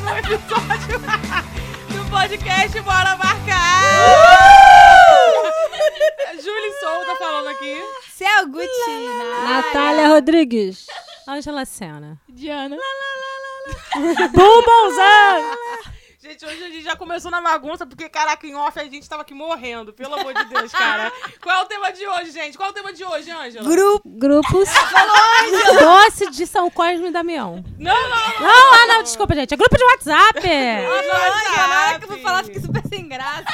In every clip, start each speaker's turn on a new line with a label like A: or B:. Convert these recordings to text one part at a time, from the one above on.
A: um episódio do podcast Bora Marcar! Julie Sol tá falando aqui.
B: Céu Gutina.
C: Natália Rodrigues. Angela Sena.
D: Diana.
C: Bumbonzão!
A: Gente, hoje a gente já começou na bagunça, porque, caraca, em off a gente tava aqui morrendo, pelo amor de Deus, cara. Qual é o tema de hoje, gente? Qual é o tema de hoje, Ângela?
B: Grupo.
C: Grupos. Doce de São Cosme e Damião.
A: Não, não,
C: Não, ah, não, desculpa, gente. É grupo de WhatsApp.
A: não.
B: Caraca, eu vou falar, fiquei super sem graça.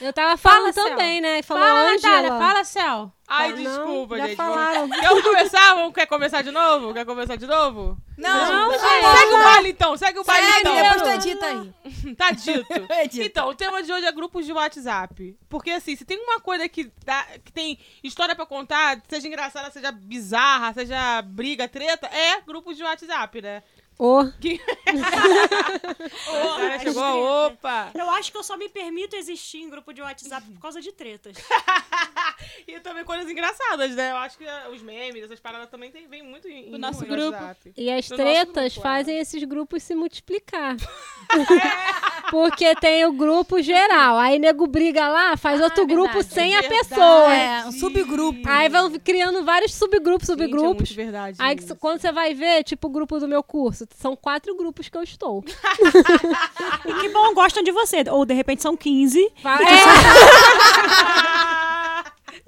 C: Eu tava
E: Fala
C: falando
E: também, né? Falou
C: Fala, Natália.
E: Ângela.
C: Fala, Céu.
A: Ai,
E: Não,
A: desculpa,
E: já
A: gente.
E: falaram.
A: Vamos... Quer começar? Vamos... Quer começar de novo? Quer começar de novo?
B: Não,
C: gente.
A: Segue o baile, então. Segue o baile,
B: Segue,
A: então.
B: depois tu edita aí.
A: Tá dito.
B: Edita.
A: Então, o tema de hoje é grupos de WhatsApp. Porque, assim, se tem uma coisa que, dá, que tem história pra contar, seja engraçada, seja bizarra, seja briga, treta, é grupos de WhatsApp, né?
E: Ô,
A: O cara chegou, opa!
F: Eu acho que eu só me permito existir em grupo de WhatsApp por causa de tretas.
A: E também coisas engraçadas, né? Eu acho que ah, os memes, essas paradas também tem, vem muito em,
D: Do
A: em
D: nosso
A: em
D: grupo.
A: WhatsApp.
E: E as
A: Do nosso
E: tretas
A: grupo,
E: fazem esses grupos se multiplicar. Porque tem o grupo geral. Aí nego briga lá, faz outro grupo
D: verdade.
E: sem a
A: Verdade.
E: pessoa.
B: É, um subgrupo.
E: Aí vão criando vários subgrupos,
A: Gente, é muito
E: subgrupos.
A: verdade.
E: Aí que
A: isso.
E: cê- quando você vai ver, tipo o grupo do meu curso, são quatro grupos que eu estou.
F: E que bom, gostam de você. Ou de repente são 15
E: Vai-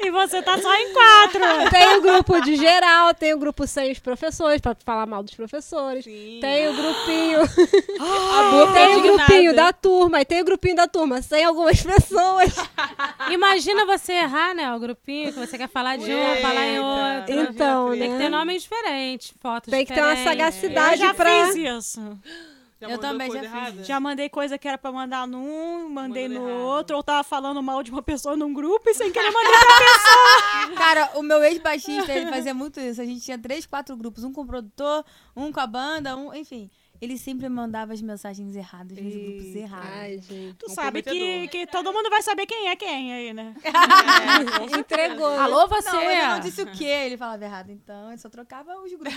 F: e você tá só em quatro.
E: "É, Tem o grupo de geral, tem o grupo sem os professores, pra falar mal dos professores.
A: Sim.
E: Tem o grupinho.
A: boca
E: Ah, tem o
A: indignada.
E: grupinho da turma, e tem o grupinho da turma sem algumas pessoas.
C: Imagina você errar, né? O grupinho que você quer falar de um,
A: Eita,
C: falar em outro.
A: treta,
E: Então, né?
C: Tem que ter nome diferente, fotos
E: Tem que ter uma
C: diferentes.
F: Eu
E: sagacidade
F: já
E: pra.
F: fiz isso.
A: Já
B: Eu
A: mandou
B: também
A: coisa
B: já fiz.
A: errada?
F: Já mandei coisa que era pra mandar num, mandei
A: Mandou
F: no
A: errado.
F: outro, ou tava falando mal de uma pessoa num grupo e sem querer mandar.
B: Cara, o meu ex-baixista, ele fazia muito isso. A gente tinha três, quatro grupos. Um com o produtor, um com a banda, um... Enfim, ele sempre mandava as mensagens erradas nos grupos errados.
E: Ai, gente.
C: Um
F: tu sabe que,
A: Comprometedor.
F: que todo mundo vai saber quem é quem aí, né?
A: É, com certeza.
E: Entregou.
C: Alô,
B: Não, mas eu não
C: você!
B: disse o quê? Ele falava errado. Então, eu só trocava os grupos.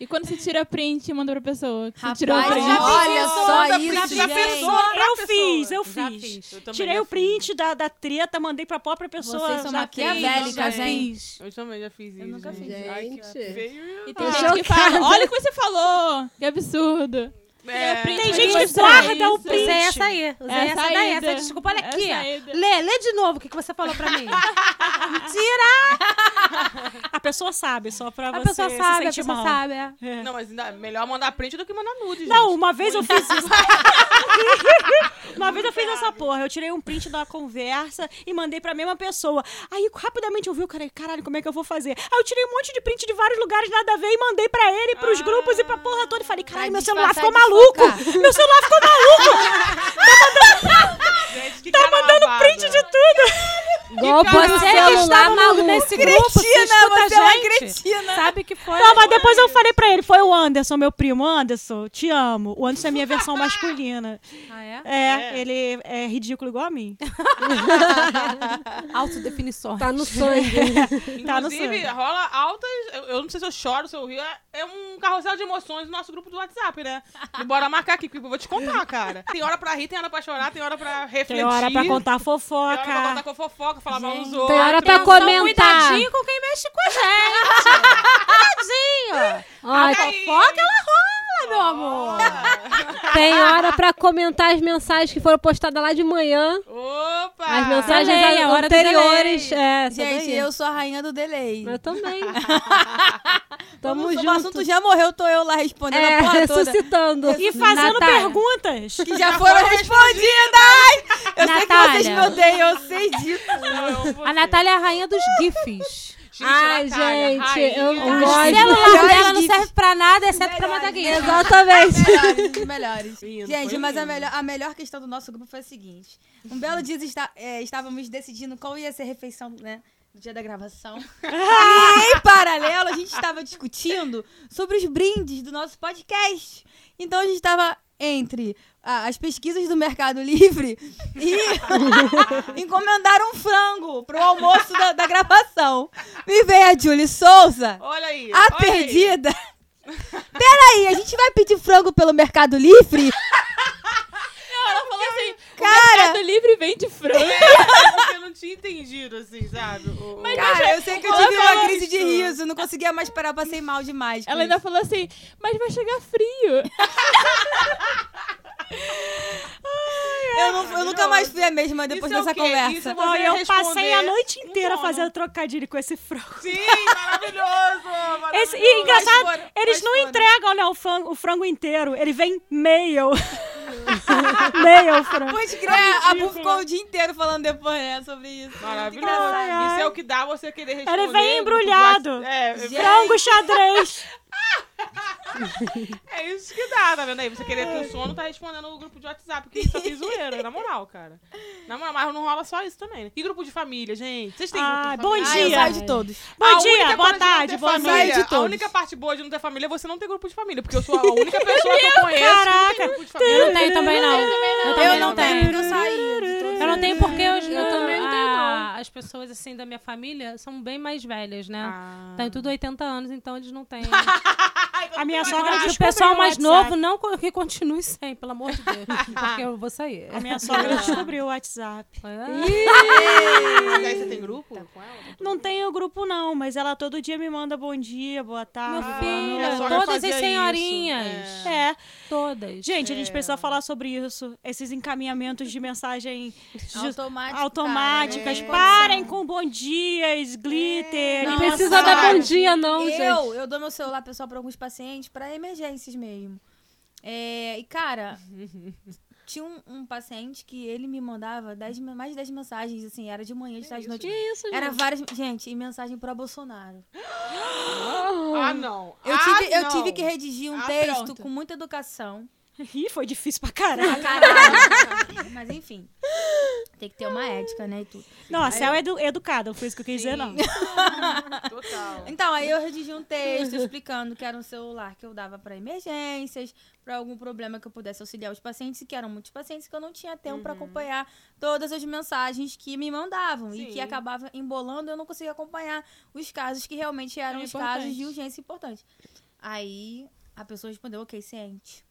D: E quando você tira print e manda pra pessoa? que Você
B: Rapaz,
D: tirou print.
A: já-
B: olha
A: pensou,
B: só
A: já
B: isso,
A: pensou, já
B: gente.
A: pensou. Mandar
F: eu
A: pra
F: fiz, eu
C: Já
F: fiz.
C: fiz.
A: Eu também
F: Tirei
A: já
F: o print da, da treta, mandei pra própria pessoa.
B: Vocês são
F: já
B: maquiavélicas,
F: fiz, já
B: hein?
F: fiz.
A: fiz. Eu também já fiz isso.
B: nunca
A: gente.
E: fiz.
A: Ai, que
E: Gente.
A: feio.
D: E tem
E: Ah,
D: gente
E: chocada.
D: que fala, olha o que você falou. Que absurdo.
A: É,
F: Tem
D: Mas
F: gente que
D: isso é
F: guarda o
D: isso.
F: print.
C: Usei essa aí. Usei
D: É
C: essa
D: saída.
C: daí. Essa desculpa. Olha
D: É
C: aqui,
D: saída.
C: ó. Lê, lê de novo o que, que você falou pra mim.
F: A pessoa sabe, só pra
C: A
F: você
C: pessoa
F: se
C: sabe, a
F: sentir
C: pessoa
F: mal.
C: sabe. é.
A: Não, mas ainda melhor mandar print do que mandar nude,
F: Não,
A: gente.
F: uma vez eu fiz isso. uma vez eu fiz essa porra. Eu tirei um print da conversa e mandei pra mesma pessoa. Aí rapidamente eu vi o cara, caralho, como é que eu vou fazer? Aí eu tirei um monte de print de vários lugares, nada a ver, e mandei pra ele, pros grupos e pra porra toda. E falei, caralho, meu celular
B: disfarçar
F: ficou
B: e
F: maluco!
B: desfocar.
F: Meu celular ficou
A: Gente, que tá mandando
F: print de tudo!
E: Golpa
A: cara-
C: Então, Você
E: você
C: que
E: celular
C: estava maluco
E: maluco.
C: nesse grupo, se
B: Cristina,
C: escuta a
B: você é uma
C: gente,
B: Cristina.
C: Sabe que foi...
F: Não, mas depois eu falei pra ele, foi o Anderson, meu primo. Anderson, te amo. O Anderson é minha versão masculina.
C: Ah, é?
F: É, ele é ridículo igual a mim.
C: Autodefinições.
E: Tá no sangue.
F: Tá no
A: Inclusive,
F: sangue.
A: rola altas. Eu, eu não sei se eu choro, se eu rio. é- É um carrossel de emoções no nosso grupo do WhatsApp, né? E bora marcar aqui, porque eu vou te contar, cara. Tem hora pra rir, tem hora pra chorar, tem hora pra refletir.
F: Tem hora pra contar
A: Tem hora pra contar
F: fofoca.
A: com fofoca, falar mal nos
E: Tem
A: outros.
E: hora pra
F: Ah.
E: comentar.
C: Cuidadinho com quem mexe com a gente. Cuidadinho.
E: Ai,
A: Ai,
C: Foca, ela rola, meu amor.
E: tem hora pra comentar as mensagens que foram postadas lá de manhã.
A: Opa!
E: As mensagens
C: delay, a hora do
E: anteriores. É,
C: tá
E: sobre isso.
B: Gente, eu sou a rainha do delay.
E: Eu também.
B: Quando
E: Tamo
B: o
E: junto.
B: assunto já morreu, tô eu lá respondendo
E: É,
B: a porra toda.
E: ressuscitando.
F: E fazendo
C: Natália.
F: perguntas.
B: Que já foram respondidas! Eu sei que vocês me
C: Natália.
B: odeiam, eu sei disso.
A: Eu amo você.
C: A Natália é a rainha dos gifs.
A: Gente,
E: Ai,
A: Natália,
E: gente,
A: rainha.
E: eu
C: O
E: gosto.
C: celular dela não
B: gifs.
C: serve pra nada, exceto pra mandar gif.
E: Exatamente.
B: É Melhores, melhores.
A: Lindo,
B: Gente,
A: foi
B: mas a
A: lindo.
B: melhor, a melhor questão do nosso grupo foi a seguinte. Um belo dia está- é, estávamos decidindo qual ia ser a refeição, né? No dia da gravação. e, em paralelo, a gente estava discutindo sobre os brindes do nosso podcast. Então, a gente estava entre a- as pesquisas do Mercado Livre e encomendar um frango pro almoço da, da gravação. Me veio a Julie Souza,
A: Olha aí.
B: a
A: olha aí.
B: perdida, Peraí, a gente vai pedir frango pelo Mercado Livre?
D: Ela falou assim,
B: Cara,
D: Mercado Livre vende frango.
A: É Porque eu não tinha entendido, assim, sabe? O-
D: Mas-
B: cara, eu sei que eu
D: Ela
B: tive uma
D: falou
B: crise de
A: isso.
B: riso, não conseguia mais parar, passei mal demais. com
D: Ela ainda falou assim, mas vai chegar frio.
B: isso. eu, não- eu nunca mais fui a mesma depois
A: Isso é o
B: dessa
A: quê? Isso
B: conversa.
A: é
F: Ó,
A: você
F: eu passei a
A: responder
F: noite inteira
A: um mono.
F: fazendo trocadilho com esse frango.
A: Sim, maravilhoso! maravilhoso.
F: Esse, e engraçado,
B: Mas foram-
F: eles
B: mas
F: não
B: foram.
F: entregam né, o, frango, o frango inteiro, ele vem meio. meio frango.
B: Pode crer, É, a Bu ficou o dia inteiro falando depois, né, sobre isso.
A: Maravilhoso.
F: Ai, ai.
A: Isso é o que dá você querer responder.
F: Ele vem embrulhado.
A: É,
F: Frango xadrez.
A: é isso que dá, tá vendo aí? Você querer ter um sono, tá respondendo o grupo de WhatsApp, que só tem zoeira, é na moral, cara. Na moral, mas não rola só isso também, né? E grupo de família, gente? Vocês têm
F: Ai,
A: grupo
F: bom
A: de
B: Ah,
A: família?
B: eu
F: dia.
B: saio de todos.
F: Bom
A: A única
F: dia, boa
A: coisa de não ter
F: tarde, boa
A: família-
F: noite.
B: noite. Saio de
A: é A
B: todos.
A: única parte boa de não ter família é você não ter grupo de família, porque eu sou a única pessoa que eu conheço que
F: Caraca.
A: tem grupo de família.
C: Eu não tenho também, não. Eu também
B: Eu
C: não
B: não
C: tenho.
B: tenho, porque eu saí. de todos.
C: Eu não tenho porque eu, eu
E: também não tenho,
C: a- É. As pessoas, assim, da minha família são bem mais velhas, né?
A: Ah.
C: Tem tudo 80 anos, então eles não têm.
F: A minha sogra
C: Agora, o
F: descobriu
C: pessoal mais
F: o WhatsApp.
C: novo, não co- que continue sem, pelo amor de Deus. Porque eu vou sair.
F: A minha sogra descobriu o WhatsApp.
C: É.
A: Mas aí você tem grupo? com ela?
F: Não tenho grupo, não, mas ela todo dia me manda bom dia, boa
C: Meu
F: tarde.
A: minha
C: filho,
A: sogra
C: todas
A: fazia
C: as
A: isso.
C: senhorinhas.
F: É.
C: Todas.
F: Gente, a gente precisa falar sobre isso. Esses encaminhamentos de mensagem ju-
B: Automático,
F: automáticas.
B: cara, né?
F: Parem com bom dias,
E: É.
F: glitter.
C: Não
F: e
C: precisa
F: massagem.
C: dar bom dia, não, gente.
B: É, Eu, eu dou meu celular pessoal pra alguns pacientes pra emergências mesmo. É, e, cara, tinha um, um paciente que ele me mandava dez men- mais de 10 mensagens, assim, era de manhã, de tarde, de noite.
E: Isso,
B: Era várias. Gente, e mensagem pra Bolsonaro.
A: Ah, não.
B: Eu,
A: ah,
B: tive, eu
A: não.
B: tive que redigir um
A: Ah,
B: texto
A: pronto.
B: com muita educação.
F: Ih, foi difícil pra caralho.
B: Pra caralho. Mas enfim. Tem que ter uma ética, né? E tudo.
F: Não, a Cel é edu educada, não foi isso que eu quis dizer, não.
A: Total.
B: Então, aí eu redigi um texto explicando que era um celular que eu dava pra emergências, pra algum problema que eu pudesse auxiliar os pacientes, e que eram muitos pacientes que eu não tinha tempo pra acompanhar todas as mensagens que me mandavam
A: Sim.
B: e que acabava embolando, eu não conseguia acompanhar os casos que realmente eram
D: Era
B: os casos
D: importante.
B: de urgência importante. Aí a pessoa respondeu, ok, ciente.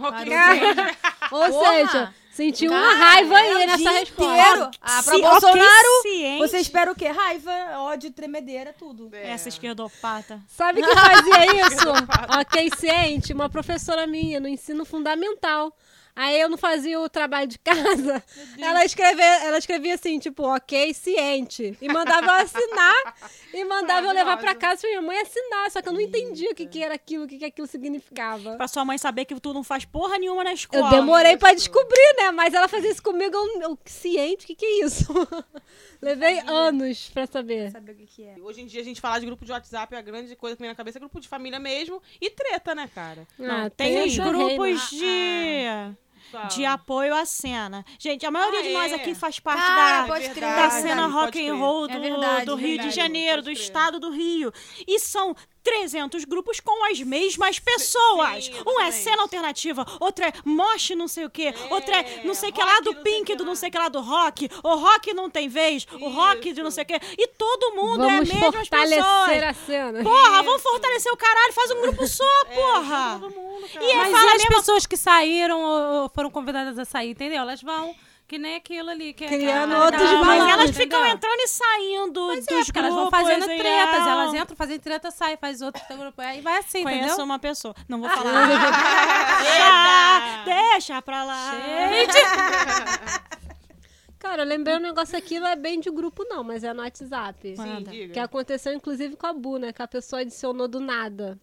A: Ok,
B: Cara,
A: gente.
E: Ou
B: Porra!
E: seja, sentiu uma
B: Cara,
E: raiva
B: é
E: aí
B: o
E: nessa
B: dia
E: resposta.
B: inteiro. Ah, pra
F: Se-
B: Bolsonaro,
F: ok, ciente.
B: você espera o quê? Raiva, ódio, tremedeira, tudo.
F: Essa esquerdopata.
E: Sabe quem fazia isso? ok, ciente, uma professora minha no ensino fundamental. Aí eu não fazia o trabalho de casa. Ela escrevia, ela escrevia assim, tipo, ok, ciente. E mandava eu assinar. e mandava eu levar pra
A: Maravilhosa.
E: casa pra minha mãe assinar. Só que eu não entendia o que, que era aquilo, o que, que aquilo significava.
F: Pra sua mãe saber que tu não faz porra nenhuma na escola.
E: Eu demorei pra descobrir, né? Mas ela fazia isso comigo, eu, eu ciente, o que, que é isso? Levei anos pra saber.
B: Saber o que, que é.
A: Hoje em dia a gente falar de grupo de WhatsApp, a grande coisa que vem na cabeça é grupo de família mesmo e treta, né, cara?
E: Ah,
F: Tem os
E: essa reina.
F: grupos de,
A: Fala.
F: de apoio à cena. Gente, a maioria
A: Ah,
F: de nós
A: é.
F: aqui faz parte
B: Cara,
F: da,
B: pode crer.
A: Da
F: da
A: verdade,
F: cena
A: Ah, pode
F: Tá rock
A: crer.
F: and roll do,
B: É verdade,
F: do Rio
B: verdade,
F: de Janeiro, do
A: pode crer.
F: estado do Rio. E são 300 grupos com as mesmas pessoas.
A: sim,
F: um é
A: exatamente.
F: cena alternativa, outro é moche não sei o quê, outro é não sei o que lá
A: rock
F: do
A: não sei
F: pink,
A: que
F: do não
A: lá.
F: sei o que lá do rock, o rock não tem vez, o rock de não
A: Isso.
F: sei o quê. E todo mundo
E: Vamos
F: é mesmo as
E: fortalecer
F: pessoas.
E: a cena.
F: Porra, vamos fortalecer o caralho, faz um grupo só, porra!
A: Todo mundo, cara.
F: E aí
C: Mas e
F: fala a
C: as
F: mesma
C: pessoas que saíram ou ou foram convidadas a sair, entendeu? Elas vão que nem aquilo ali. Que é
E: Criando
C: aquela-
E: outros
C: aquela
E: Não,
F: Mas
E: balanços,
C: balança,
F: elas ficam
C: entendeu?
F: entrando e saindo
C: Pois é,
F: dos
C: porque elas vão
F: grupos,
C: fazendo
F: e-
C: tretas.
F: ah,
C: Elas entram, fazem treta, saem, faz outro grupo. Aí vai assim,
F: Conheço
C: entendeu?
F: uma pessoa. Não vou falar. deixa, deixa pra lá.
E: Cara, eu lembrei um negócio aqui, não é bem de grupo não, mas é no WhatsApp.
A: Sim,
E: Que
A: diga.
E: aconteceu inclusive com a Bu, né? Que a pessoa adicionou do nada.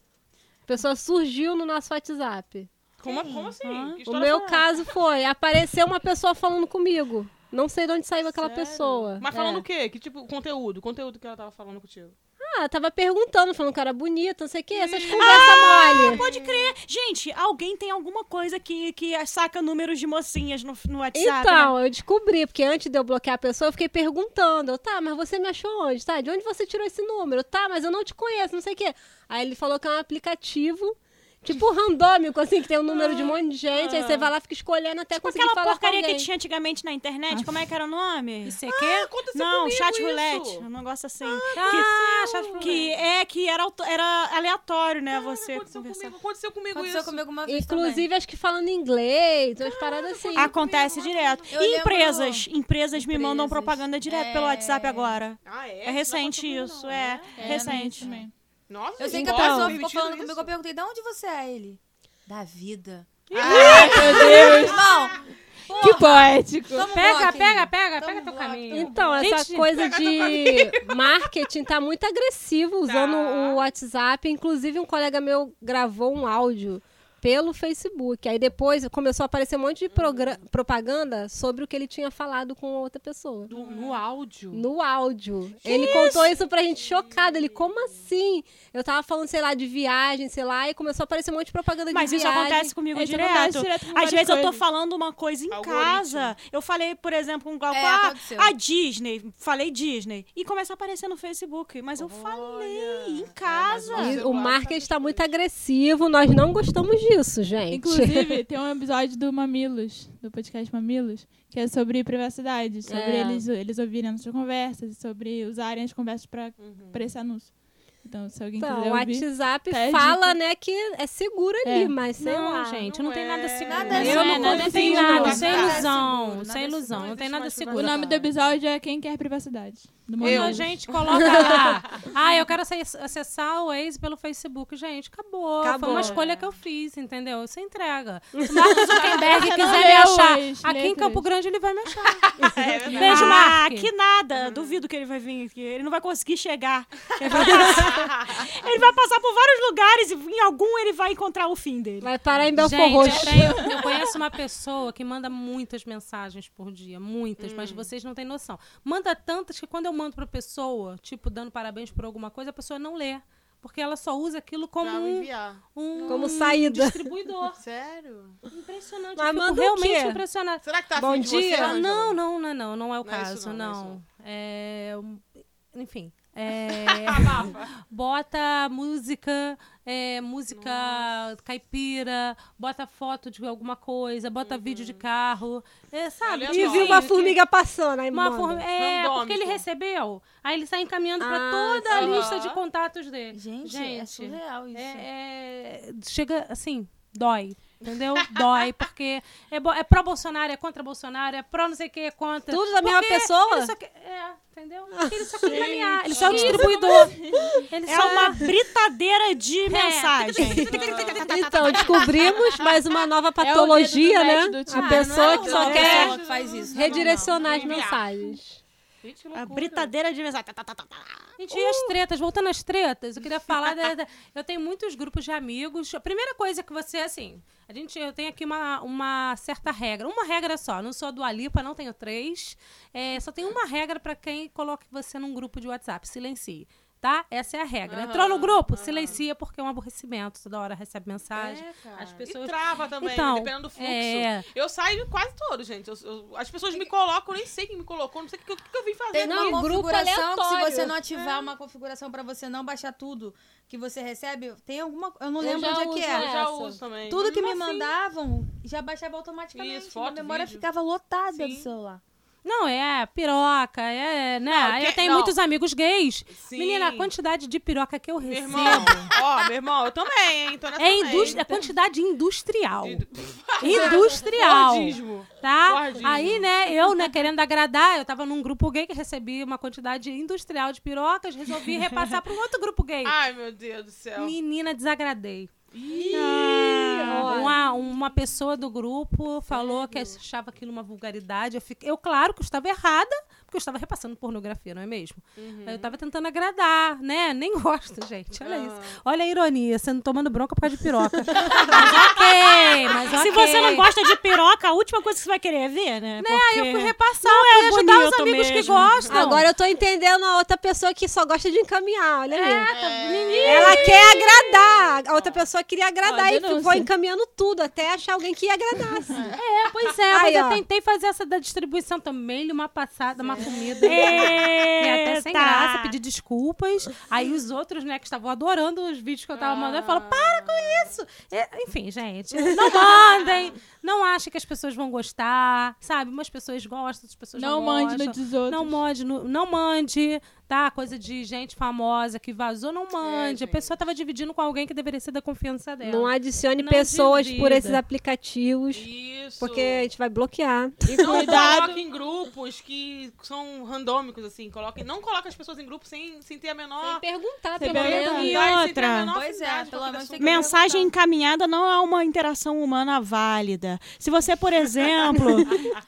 E: A pessoa surgiu no nosso WhatsApp.
A: Como, como assim? Que
E: O
A: história
E: meu
A: foi essa?
E: caso foi, apareceu uma pessoa falando comigo. Não sei de onde saiu aquela pessoa.
A: Mas falando
E: É.
A: o quê? Que tipo, conteúdo? Conteúdo que ela tava falando contigo.
E: Ah, tava perguntando, falando que eu era bonita, não sei o quê. Essas conversas mole.
F: Hum. Ah, Pode crer. Gente, alguém tem alguma coisa que, que saca números de mocinhas no, no WhatsApp. né?
E: Então, eu descobri, porque antes de eu bloquear a pessoa, eu fiquei perguntando. Eu, tá, mas você me achou onde? Tá, de onde você tirou esse número? Tá, mas eu não te conheço, não sei o quê. Aí ele falou que é um aplicativo Tipo randômico, assim, que tem um número de um monte de gente, aí você vai lá e fica escolhendo até
F: Com
E: conseguir
F: Ah. Tipo aquela
E: falar com
F: porcaria que
E: alguém.
F: tinha antigamente na internet, como é que era o nome?
C: Isso aqui?
A: Aconteceu
F: Não,
A: comigo
F: chat
A: isso.
F: roulette, um negócio assim.
C: Ah, chat
F: que,
C: roulette.
F: que é que era, auto- era aleatório, né, você
A: Aconteceu
F: conversar.
A: comigo, aconteceu comigo
B: Aconteceu
A: isso.
B: comigo uma vez
E: Inclusive, acho que falando inglês,
F: Ah,
E: umas paradas assim.
F: Acontece direto.
B: Eu
F: E
B: lembro-
F: empresas, empresas me mandam
B: Empresas.
F: propaganda direto pelo
B: É.
F: WhatsApp agora.
A: Ah, é?
F: É recente isso, é,
A: né?
B: É,
F: recente.
D: Também.
A: Nossa, tá
B: Eu sei
A: gente,
B: que a
A: nossa,
B: pessoa ficou
A: permitido
B: falando
A: isso?
B: comigo, eu perguntei, de onde você é? Ele, da vida.
A: Ah,
B: Irmão,
D: Que poético.
B: toma um
C: Pega,
B: bloco,
C: pega,
B: hein?
C: pega,
B: Toma
C: pega
B: um
C: teu
B: bloco.
C: caminho.
E: Então, essa
C: Gente,
E: coisa de marketing tá muito agressivo usando
A: Tá.
E: o WhatsApp. Inclusive, um colega meu gravou um áudio pelo Facebook. Aí depois começou a aparecer um monte de progra- propaganda sobre o que ele tinha falado com outra pessoa.
A: do- no áudio.
E: No áudio. ele contou isso pra gente chocado. Ele, como assim? Eu tava falando, sei lá, de viagem, sei lá, e começou a aparecer um monte de propaganda
F: Mas
E: de
F: isso
E: viagem.
F: acontece comigo
D: É, isso acontece
F: direto.
D: direto com
F: Às
D: várias
F: vezes eu tô
D: coisas.
F: falando uma coisa em
A: Algoritmo.
F: casa. Eu falei, por exemplo, com o Glauco,
B: É,
F: ah,
B: aconteceu.
F: a Disney, falei Disney. E começa a aparecer no Facebook. Mas eu falei
A: É,
F: em casa.
E: E
A: Nossa,
E: o
A: eu
E: marketing tá muito agressivo, nós não gostamos disso, gente.
D: Inclusive, tem um episódio do Mamilos, do podcast Mamilos, que é sobre privacidade, sobre
E: É.
D: eles, eles ouvirem as nossas conversas e sobre usarem as conversas pra,
C: Uhum.
D: pra esse anúncio. Então, se
C: Tá,
D: alguém
E: Então,
C: um
D: quiser
E: o
D: ouvir...
E: WhatsApp
D: tá, é
E: fala,
D: dica.
E: né, que é seguro
D: É.
E: ali, mas sei
C: não,
E: lá.
C: gente, não,
A: não
C: tem
A: é.
C: nada seguro.
B: Nada é
C: eu não
B: seguro. Nada é
C: confio em
E: seguro.
C: nada.
E: Nada
C: Sem
B: é
C: ilusão,
B: seguro.
C: sem
B: Nada é
C: ilusão.
B: seguro.
C: Não tem
B: Existe
C: nada
B: mais
C: seguro.
D: O nome do episódio é Quem Quer Privacidade. Do
C: Eu,
D: Mamilos.
C: gente, coloca lá. Ah, eu quero acess- acessar o ex pelo Facebook. Gente, acabou.
E: Acabou.
C: Foi uma escolha que eu fiz, entendeu? Você entrega. Se o Mark Zuckerberg
D: Você não
C: quiser me
D: leu
C: achar,
D: as
C: aqui em
D: letras.
C: Campo Grande ele vai me achar. Ah,
A: É verdade.
F: Beijo,
C: Mark.
F: Mark. Que
A: Uhum.
F: nada. Duvido que ele vai vir aqui. Ele não vai conseguir chegar. Ele vai passar, ele vai passar por vários lugares e em algum ele vai encontrar o fim dele.
E: Vai parar em Belfort
C: Gente, é
E: Roxo.
C: peraí, eu, eu conheço uma pessoa que manda muitas mensagens por dia, muitas, mas
E: Hum.
C: vocês não têm noção. Manda tantas que quando eu mando pra pessoa, tipo, dando parabéns por alguma coisa, a pessoa não lê. Porque ela só usa aquilo como
A: Pra me
C: um,
A: enviar.
C: um
E: Como saída.
C: distribuidor.
A: Sério?
C: Impressionante.
E: Mas
C: eu fico
E: manda o
C: realmente
E: quê?
C: impressionada.
A: Será que tá
E: Bom
A: afim de você,
E: dia.
C: Ah,
A: Ângela?
C: não, não, não, não, não é o
A: Não é isso
C: caso,
A: não, não é isso
C: não. É, um- Enfim. é, bota música, é, música caipira, bota foto de alguma coisa,
A: Uhum.
C: bota vídeo de carro, é, sabe?
A: Aleatório.
E: E viu uma formiga passando, aí
C: Uma
E: manda.
C: formiga- é,
A: Randômico.
C: porque ele recebeu. Aí ele sai encaminhando
E: Ah,
C: pra toda a
A: sim.
C: lista de
A: Aham.
C: contatos dele.
B: Gente, é surreal isso.
C: É, é- chega assim, dói. Entendeu? Dói, porque é, bo- é pró-Bolsonaro, é contra Bolsonaro, é pró não sei o que, é contra.
E: Tudo da mesma
C: Porque
E: pessoa?
C: Ele só quer, é, entendeu? Porque ele só quer caminhar. Ele
A: Gente,
C: só é o distribuidor. Ele
F: É
C: só
F: uma britadeira de mensagem.
E: Então, descobrimos mais uma
C: É
E: nova patologia,
D: do
E: né?
D: net do Tinder.
E: A pessoa
B: Ah, não,
E: que
B: não,
E: só
B: não,
E: quer
B: não, não, faz isso.
E: redirecionar as
A: Enviar.
E: mensagens.
A: Gente, que
F: A
A: loucura.
F: britadeira de mensagem. Tá, tá, tá, tá, tá.
C: Gente, e as
A: Uh!
C: tretas? Voltando às tretas, eu queria falar. da- da- eu tenho muitos grupos de amigos. A primeira coisa que você, assim, a gente, eu tenho aqui uma, uma certa regra. Uma regra só. Não sou do Alipa, não tenho três. É, só tem uma regra pra quem coloca você num grupo de WhatsApp. Silencie. Tá? Essa é a regra.
A: Aham,
C: Entrou no grupo, silencia porque é um aborrecimento. Toda hora recebe mensagem.
A: É, cara.
C: As pessoas-
A: E trava também,
C: Então,
A: dependendo do fluxo.
C: é.
A: Eu saio quase todo, gente. Eu- eu- as pessoas me colocam, eu nem sei quem me colocou, não sei o que, o que eu vim fazer.
B: Tem
A: aqui.
E: não,
B: uma
E: grupo
B: configuração que se
E: aleatório.
B: você não ativar uma configuração pra você não baixar tudo que você recebe, tem alguma... Eu não
E: Eu
B: lembro
E: já
B: onde é que
E: uso
B: é. assim.
A: eu já
E: essa.
A: uso também. assim,
B: Tudo que me
A: Nossa,
B: mandavam já baixava automaticamente.
A: Isso, foto,
B: a memória
A: vídeo.
B: ficava lotada
A: Sim.
B: do celular.
C: Não, é piroca, é, né?
A: Não,
C: Aí eu
A: que-
C: tenho
A: não.
C: muitos amigos gays.
A: Sim.
C: Menina, a quantidade de piroca que eu
A: Meu
C: recebo.
A: irmão, ó, meu irmão, eu também, hein? Tô nessa
C: É
A: também.
C: indústria, é quantidade industrial.
A: De-
C: Industrial.
A: Fordismo.
C: Tá?
A: Fordismo.
C: Aí, né, eu, né, querendo agradar, eu tava num grupo gay que recebi uma quantidade industrial de pirocas, resolvi repassar para um outro grupo gay.
A: Ai, meu Deus do céu.
C: Menina, desagradei.
E: olha.
C: Uma, uma pessoa do grupo falou que achava aquilo uma vulgaridade. Eu, fiquei, eu, claro, que eu estava errada, porque eu estava repassando pornografia, não é mesmo? Eu estava tentando agradar, né? Nem gosto, gente. Olha isso. Olha a ironia, sendo tomando bronca por causa de piroca. mas ok, mas
F: Se
C: ok.
F: você não gosta de piroca, a última coisa que você vai querer é ver, né?
C: Né, aí eu fui
F: Porque-
C: repassar.
F: Não é
C: e ajudar os
F: bonito
C: amigos que
F: mesmo.
C: gostam.
E: Agora eu tô entendendo a outra pessoa que só gosta de encaminhar,
C: É,
E: olha aí.
C: tá menina.
E: Ela quer agradar. A outra pessoa queria agradar
D: Ó,
E: e
D: denúncia.
E: ficou encaminhando tudo até achar alguém que agradasse.
C: É, pois é,
E: Aí,
C: mas eu
E: ó.
C: tentei fazer essa da distribuição também, uma passada, uma comida. É, até sem
F: Eita.
C: graça, pedir desculpas. Aí os outros, né, que estavam adorando os vídeos que eu tava mandando, falam, para com isso! É, enfim, gente, não mandem, não achem que as pessoas vão gostar, sabe? Umas pessoas gostam, outras pessoas não,
D: Não mande
C: gostam.
D: no dos outros.
C: Não mande, no- não mande, tá? Coisa de gente famosa que vazou, não mande. a pessoa tava dividindo com alguém que deveria ser da confiança dela.
E: Não é? adicione
C: Não
E: pessoas por
C: divida.
E: esses aplicativos,
A: Isso.
E: porque a gente vai bloquear.
A: E não
D: cuidado.
A: coloque em grupos que são randômicos, assim. Coloque, não coloque as pessoas em grupos sem, sem ter a menor.
E: perguntar,
D: Sem pelo menos. perguntar.
A: afinidade, sem
F: E
A: ter
F: outra?
A: a menor
B: Pois é,
A: afinidade com
B: pelo
A: aquele
B: menos tem
A: assunto.
B: que-
F: Mensagem encaminhada não há uma interação humana válida. Se você, por exemplo,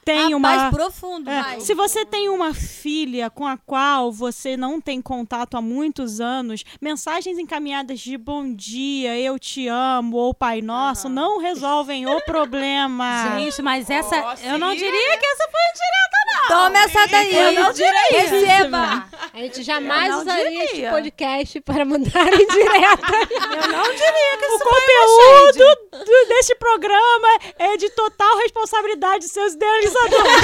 F: tem uma.
B: Mais profundo,
F: É,
B: vai.
F: se você tem uma filha com a qual você não tem contato há muitos anos, mensagens encaminhadas de bom dia, eu te amo ou pai nosso não resolvem o problema.
C: Gente, mas essa.
A: Nossa,
C: eu não
A: e-
C: diria que essa foi
B: Toma essa daí.
D: Eu não direi isso.
B: Receba.
E: A gente jamais
D: não
E: usaria este
D: diria.
E: podcast para mandar em direto.
F: o conteúdo do- deste programa é de total responsabilidade de seus idealizadores.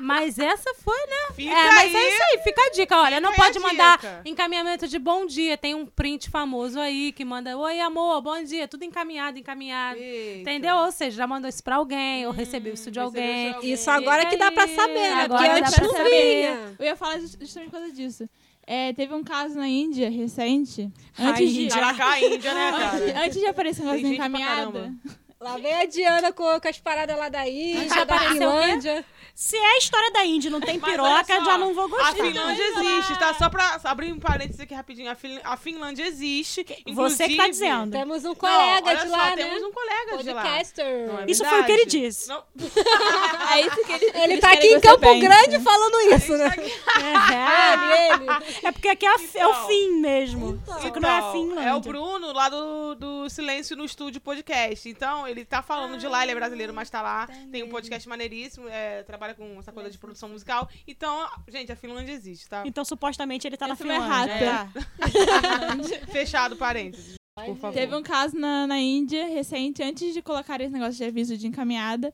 C: Mas essa foi, né?
A: Fica
C: é, mas
A: aí.
C: é isso aí, fica a dica. Olha, não
A: Fica aí
C: pode
A: a
C: mandar
A: dica.
C: encaminhamento de bom dia. Tem um print famoso aí que manda: Oi, amor, bom dia. Tudo encaminhado, encaminhado.
A: Eita.
C: Entendeu? Ou seja, já mandou isso pra alguém, ou recebeu isso de
A: Hum, recebeu de
C: alguém.
A: alguém.
E: Isso agora que dá pra
C: aí?
E: saber, né?
C: Agora
E: Porque
C: dá
E: antes
C: pra
E: não
C: saber.
E: vinha.
D: Eu ia falar just- justamente por causa disso. É, teve um caso na Índia recente.
F: Ai,
D: Antes de,
A: Caraca, Índia, né, cara?
D: antes de aparecer um uma
A: Tem gente pra
D: encaminhada.
A: caramba.
E: Lá vem a Diana com, com as paradas lá da Índia, da
C: apareceu o quê?
E: Finlândia.
F: Se é a história da Indy, não tem
A: Mas
F: piroca,
A: olha só,
F: já não vou
A: A
F: gostar.
A: Finlândia existe, tá? Só pra abrir um parênteses aqui rapidinho. A, Fin- a Finlândia existe.
F: Você que
A: inclusive-
F: tá
A: é
F: dizendo.
E: Temos um
A: Não,
E: colega
A: olha
E: de
A: só,
E: lá, né?
A: temos um colega de lá.
E: Podcaster. Ah,
A: Não é
F: Isso foi o que ele
A: verdade?
F: disse.
A: Não,
D: É isso que eles-
E: Ele
D: eles
E: tá aqui
D: querem
E: em
D: que
E: Campo
D: você pense.
E: Grande falando isso, né? É, ele, ele.
F: É porque aqui é, a- é
A: Então.
F: o fim mesmo. Só que não é a Finlândia.
A: É o Bruno lá do, do Silêncio no Estúdio Podcast. Então, ele tá falando de lá, ele é brasileiro, mas tá lá. Tem um podcast maneiríssimo, é, trabalha com essa coisa de produção musical. Então, gente, a Finlândia existe, tá?
F: Então, supostamente, ele tá na
D: Eu sou
A: é
D: uma
F: Finlândia.
D: rata.
F: tá? Então-
A: Fechado parênteses. Por
E: Tá
A: favor.
D: Teve um caso na, na Índia recente, antes de colocar esse negócio de aviso de encaminhada,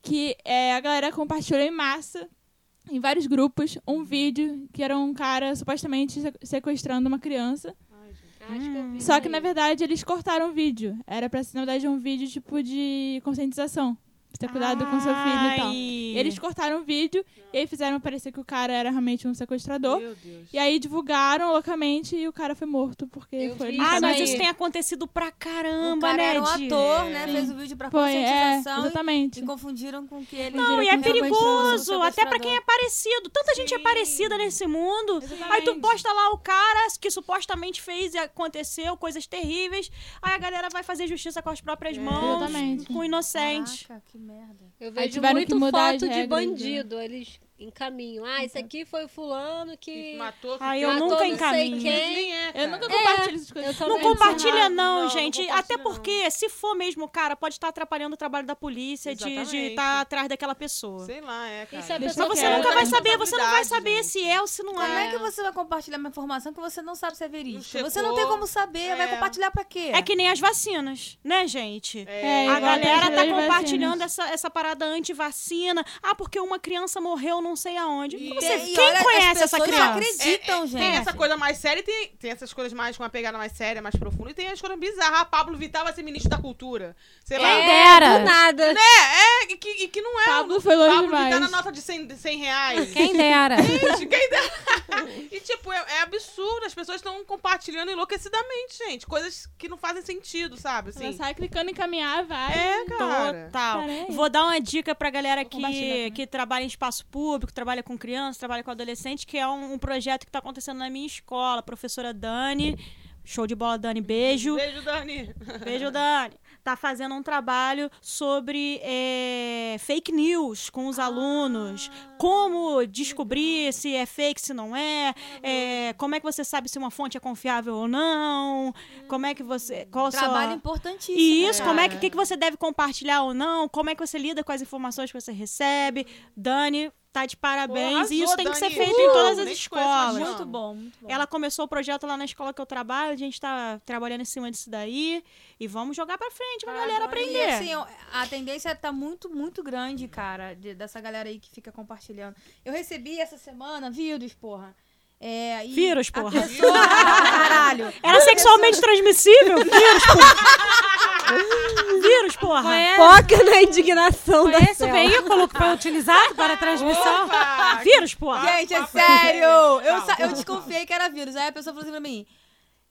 D: que é, a galera compartilhou em massa, em vários grupos, um vídeo que era um cara supostamente se- sequestrando uma criança. Só que, na verdade, eles cortaram o vídeo. Era pra ser, na verdade, um vídeo tipo de conscientização. Ter tá cuidado com seu filho e tal.
F: Ai.
D: Eles cortaram o vídeo e aí fizeram parecer que o cara era realmente um sequestrador.
A: Meu Deus.
D: E aí divulgaram loucamente e o cara foi morto porque foi
E: vi
F: Ah,
E: Isso
F: mas
E: aí.
F: isso tem acontecido pra
B: O
F: caramba,
B: cara
F: né,
B: era um
F: Di?
B: ator, né? Fez o vídeo pra
D: Foi, é,
B: conscientização e-
D: exatamente.
B: e confundiram com que ele...
F: Não, e é
D: Diretor
F: perigoso, até pra quem é
B: é...
F: parecido. Tanta gente é
A: Sim.
F: parecida nesse mundo. Aí tu
D: Exatamente.
F: posta lá o cara que supostamente fez e aconteceu coisas terríveis. Aí a galera vai fazer justiça com as
A: É.
F: próprias mãos,
D: exatamente.
F: com o inocente.
B: Caraca, que merda.
E: Eu
D: Aí
E: vejo
D: tiveram que
E: muito
D: mudar as
E: foto de
D: regras, né?
E: bandido. Eles encaminham. Ah, esse aqui foi o fulano que...
A: Matou.
F: Ai, eu
E: matou
F: nunca
E: não
F: encaminho.
E: Sei quem.
A: Quem é,
D: Eu
A: cara?
D: nunca
E: É,
D: compartilho essas coisas.
E: eu também
F: Não
D: Não,
F: compartilha,
A: não,
F: não,
A: não
F: gente.
A: compartilha,
F: Até
A: não.
F: porque, se for mesmo, cara, pode estar atrapalhando o trabalho da polícia de estar
A: Exatamente.
F: atrás daquela pessoa.
A: Sei lá, é, cara.
E: Isso é
D: Deixa
E: pessoa
D: eu
E: que
F: Você
D: É,
E: era-
F: nunca vai saber, você não vai
A: responsabilidade,
F: saber
A: gente.
F: se é ou se não
B: Como
F: é.
B: é que você vai compartilhar uma informação que você não sabe se é verídica?
A: Não
B: Você não tem
A: chegou.
B: como saber, vai
A: É.
B: compartilhar pra quê?
F: É que nem as vacinas, né, gente?
D: É,
F: A
D: igual
F: galera
D: as
F: tá
D: vacinas.
F: compartilhando essa, essa parada anti-vacina. Ah, porque uma criança morreu não sei aonde.
A: E-
F: Você,
B: E
F: quem
B: olha, as
F: conhece essa
B: pessoas
F: criança?
B: acreditam, gente.
A: Tem essa coisa mais séria e tem, tem essas coisas mais com uma pegada mais séria, mais profunda. E tem as coisas bizarras. Ah, Pablo Vittar vai ser ministro da cultura. Sei lá.
C: Quem dera.
E: É, Do nada.
A: É, é, e que, e que não é.
D: Pablo foi longe
A: Pablo Vittar na
D: demais.
A: nota de 100, de 100 reais.
C: Quem dera.
A: Gente, quem dera. E, tipo, é, é absurdo. As pessoas estão compartilhando enlouquecidamente, gente. Coisas que não fazem sentido, sabe?
D: Ela
A: Assim.
D: sai clicando em caminhar, vai.
A: É, cara.
F: Total.
D: Peraí.
F: Vou dar uma dica pra galera
D: compartilhar
F: que,
D: também.
F: que trabalha em espaço público, trabalha com criança, trabalha com adolescente, que é um, um projeto que tá acontecendo na minha escola. Professora Dani. Show de bola, Dani. Beijo.
A: Beijo, Dani.
F: Beijo, Dani. tá fazendo um trabalho sobre é, fake news com
D: Ah.
F: os alunos. Como descobrir se é fake, se não é, é, Como é que você sabe se uma fonte é confiável ou não? Como é que você. Qual a sua-
B: Trabalho importantíssimo. né?
F: e isso,
B: cara.
F: como é que, o que, que você deve compartilhar ou não? Como é que você lida com as informações que você recebe? Dani, tá de parabéns.
A: Pô, arrasou,
F: e isso tem que ser
A: Dani.
F: feito em todas
A: Uh,
F: as
A: nem te conheço, mas
F: escolas.
A: não.
B: Muito bom, muito bom.
F: Ela começou o projeto lá na escola que eu trabalho, a gente tá trabalhando em cima disso daí. E vamos jogar pra frente
A: Ah,
F: pra galera
B: E,
F: aprender.
B: assim, eu- a tendência tá muito, muito grande, cara, de- dessa galera aí que fica compartilhando. Eu recebi essa semana vírus, porra. É, e
F: Vírus,
B: a
F: porra.
B: pessoa- caralho.
F: Era é assim- sexualmente transmissível? Vírus, porra. Vírus, porra.
C: Conhece,
E: Foca na indignação da
C: conhece o
E: Cel.
C: veículo que foi utilizado para a transmissão?
A: Opa!
F: Vírus, porra.
B: Gente, é
A: Papo
B: sério! Eu,
A: Calma.
B: sa- eu desconfiei que era vírus. Aí a pessoa falou assim pra mim: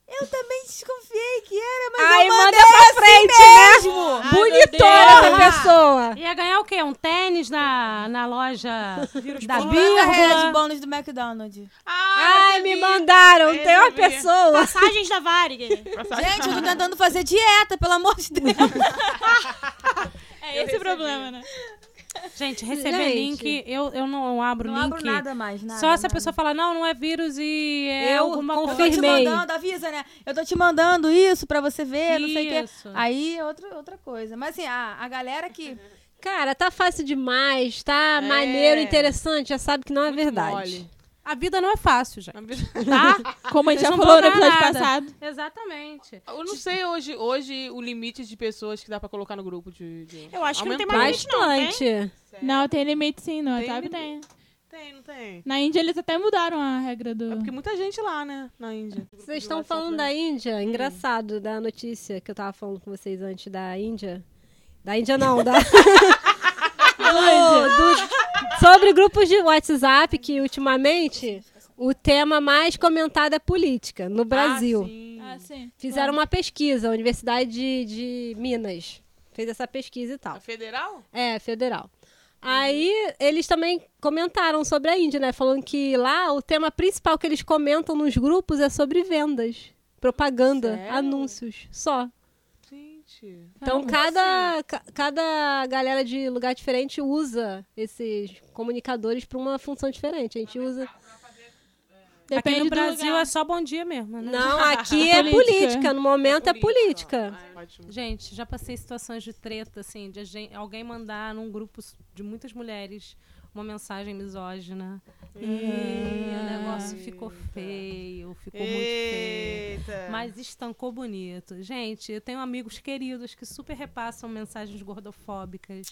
B: Eu também desconfiei que era, mas
E: Aí
B: eu
E: manda
B: mandei
E: pra frente,
B: assim mesmo!
D: Ai, meu
E: Bonitona
D: Deus.
E: essa pessoa.
C: Ia ganhar o quê? Um tênis na, na loja da
B: Né? 90 reais de
C: Bíblia?
B: bônus do McDonald's.
A: Ai, é
E: Ai, me mandaram.
A: Eu
E: Tem uma
A: vi.
E: pessoa.
F: Passagens da Varig.
B: Gente, eu tô tentando fazer dieta, pelo amor de Deus.
D: É esse o problema, né?
C: Gente, receber
E: Gente.
C: link, eu, eu não abro
B: Não
C: link.
B: abro nada mais, nada.
C: Só se a
B: nada.
C: pessoa falar, não, não é vírus e é
E: Eu
C: alguma
B: Eu
E: confio.
B: tô
C: coisa.
B: te
E: Firmei.
B: mandando, avisa, né? Eu tô te mandando isso pra você ver, não sei o quê.
C: Isso.
B: Aí é outra, outra coisa. Mas assim, a, a galera que.
E: Cara, tá fácil demais,
D: É.
E: tá maneiro, interessante. Já sabe que não é verdade.
A: Mole.
C: A vida não é fácil, gente.
D: Tá? Como a
C: Vocês
D: gente já
C: não
D: falou no
C: vão ganhar nada.
D: episódio passado.
C: Exatamente.
A: Eu não sei hoje, hoje o limite de pessoas que dá pra colocar no grupo de. de-
F: Eu acho que não tem
A: Aumentou.
F: mais limite, não, tem?
E: Bastante.
D: Não, tem limite sim, no
A: Tem
D: WhatsApp tem.
A: limite. Tem, não tem.
D: Na Índia eles até mudaram a regra do.
A: É porque muita gente lá, né? Na Índia.
E: Vocês estão falando da Índia? Engraçado, da notícia que eu tava falando com vocês antes da Índia. Da Índia não, da. Do- do- sobre grupos de WhatsApp, que ultimamente o tema mais comentado é política no Brasil.
A: Ah, sim.
D: Ah, sim.
E: Fizeram uma pesquisa, a Universidade de, de Minas fez essa pesquisa e tal.
A: A Ah, federal?
E: É, federal. Aí eles também comentaram sobre a Índia, né? Falando que lá o tema principal que eles comentam nos grupos é sobre vendas, propaganda,
A: Sério?
E: anúncios, só.
A: Gente.
E: Então cada, ca- cada galera de lugar diferente usa esses comunicadores para uma função diferente. A gente usa.
D: Depende
C: Aqui
D: do
C: no Brasil
D: lugar.
C: é só bom dia mesmo, né?
E: Não, aqui é
D: Política.
E: política. No momento é política.
A: Ah, ótimo.
C: Gente, já passei situações de treta, assim, de a gen- alguém mandar num grupo s- de muitas mulheres uma mensagem misógina. E o negócio ficou feio, ficou muito feio.
A: Eita.
C: Mas estancou bonito. Gente, eu tenho amigos queridos que super repassam mensagens gordofóbicas.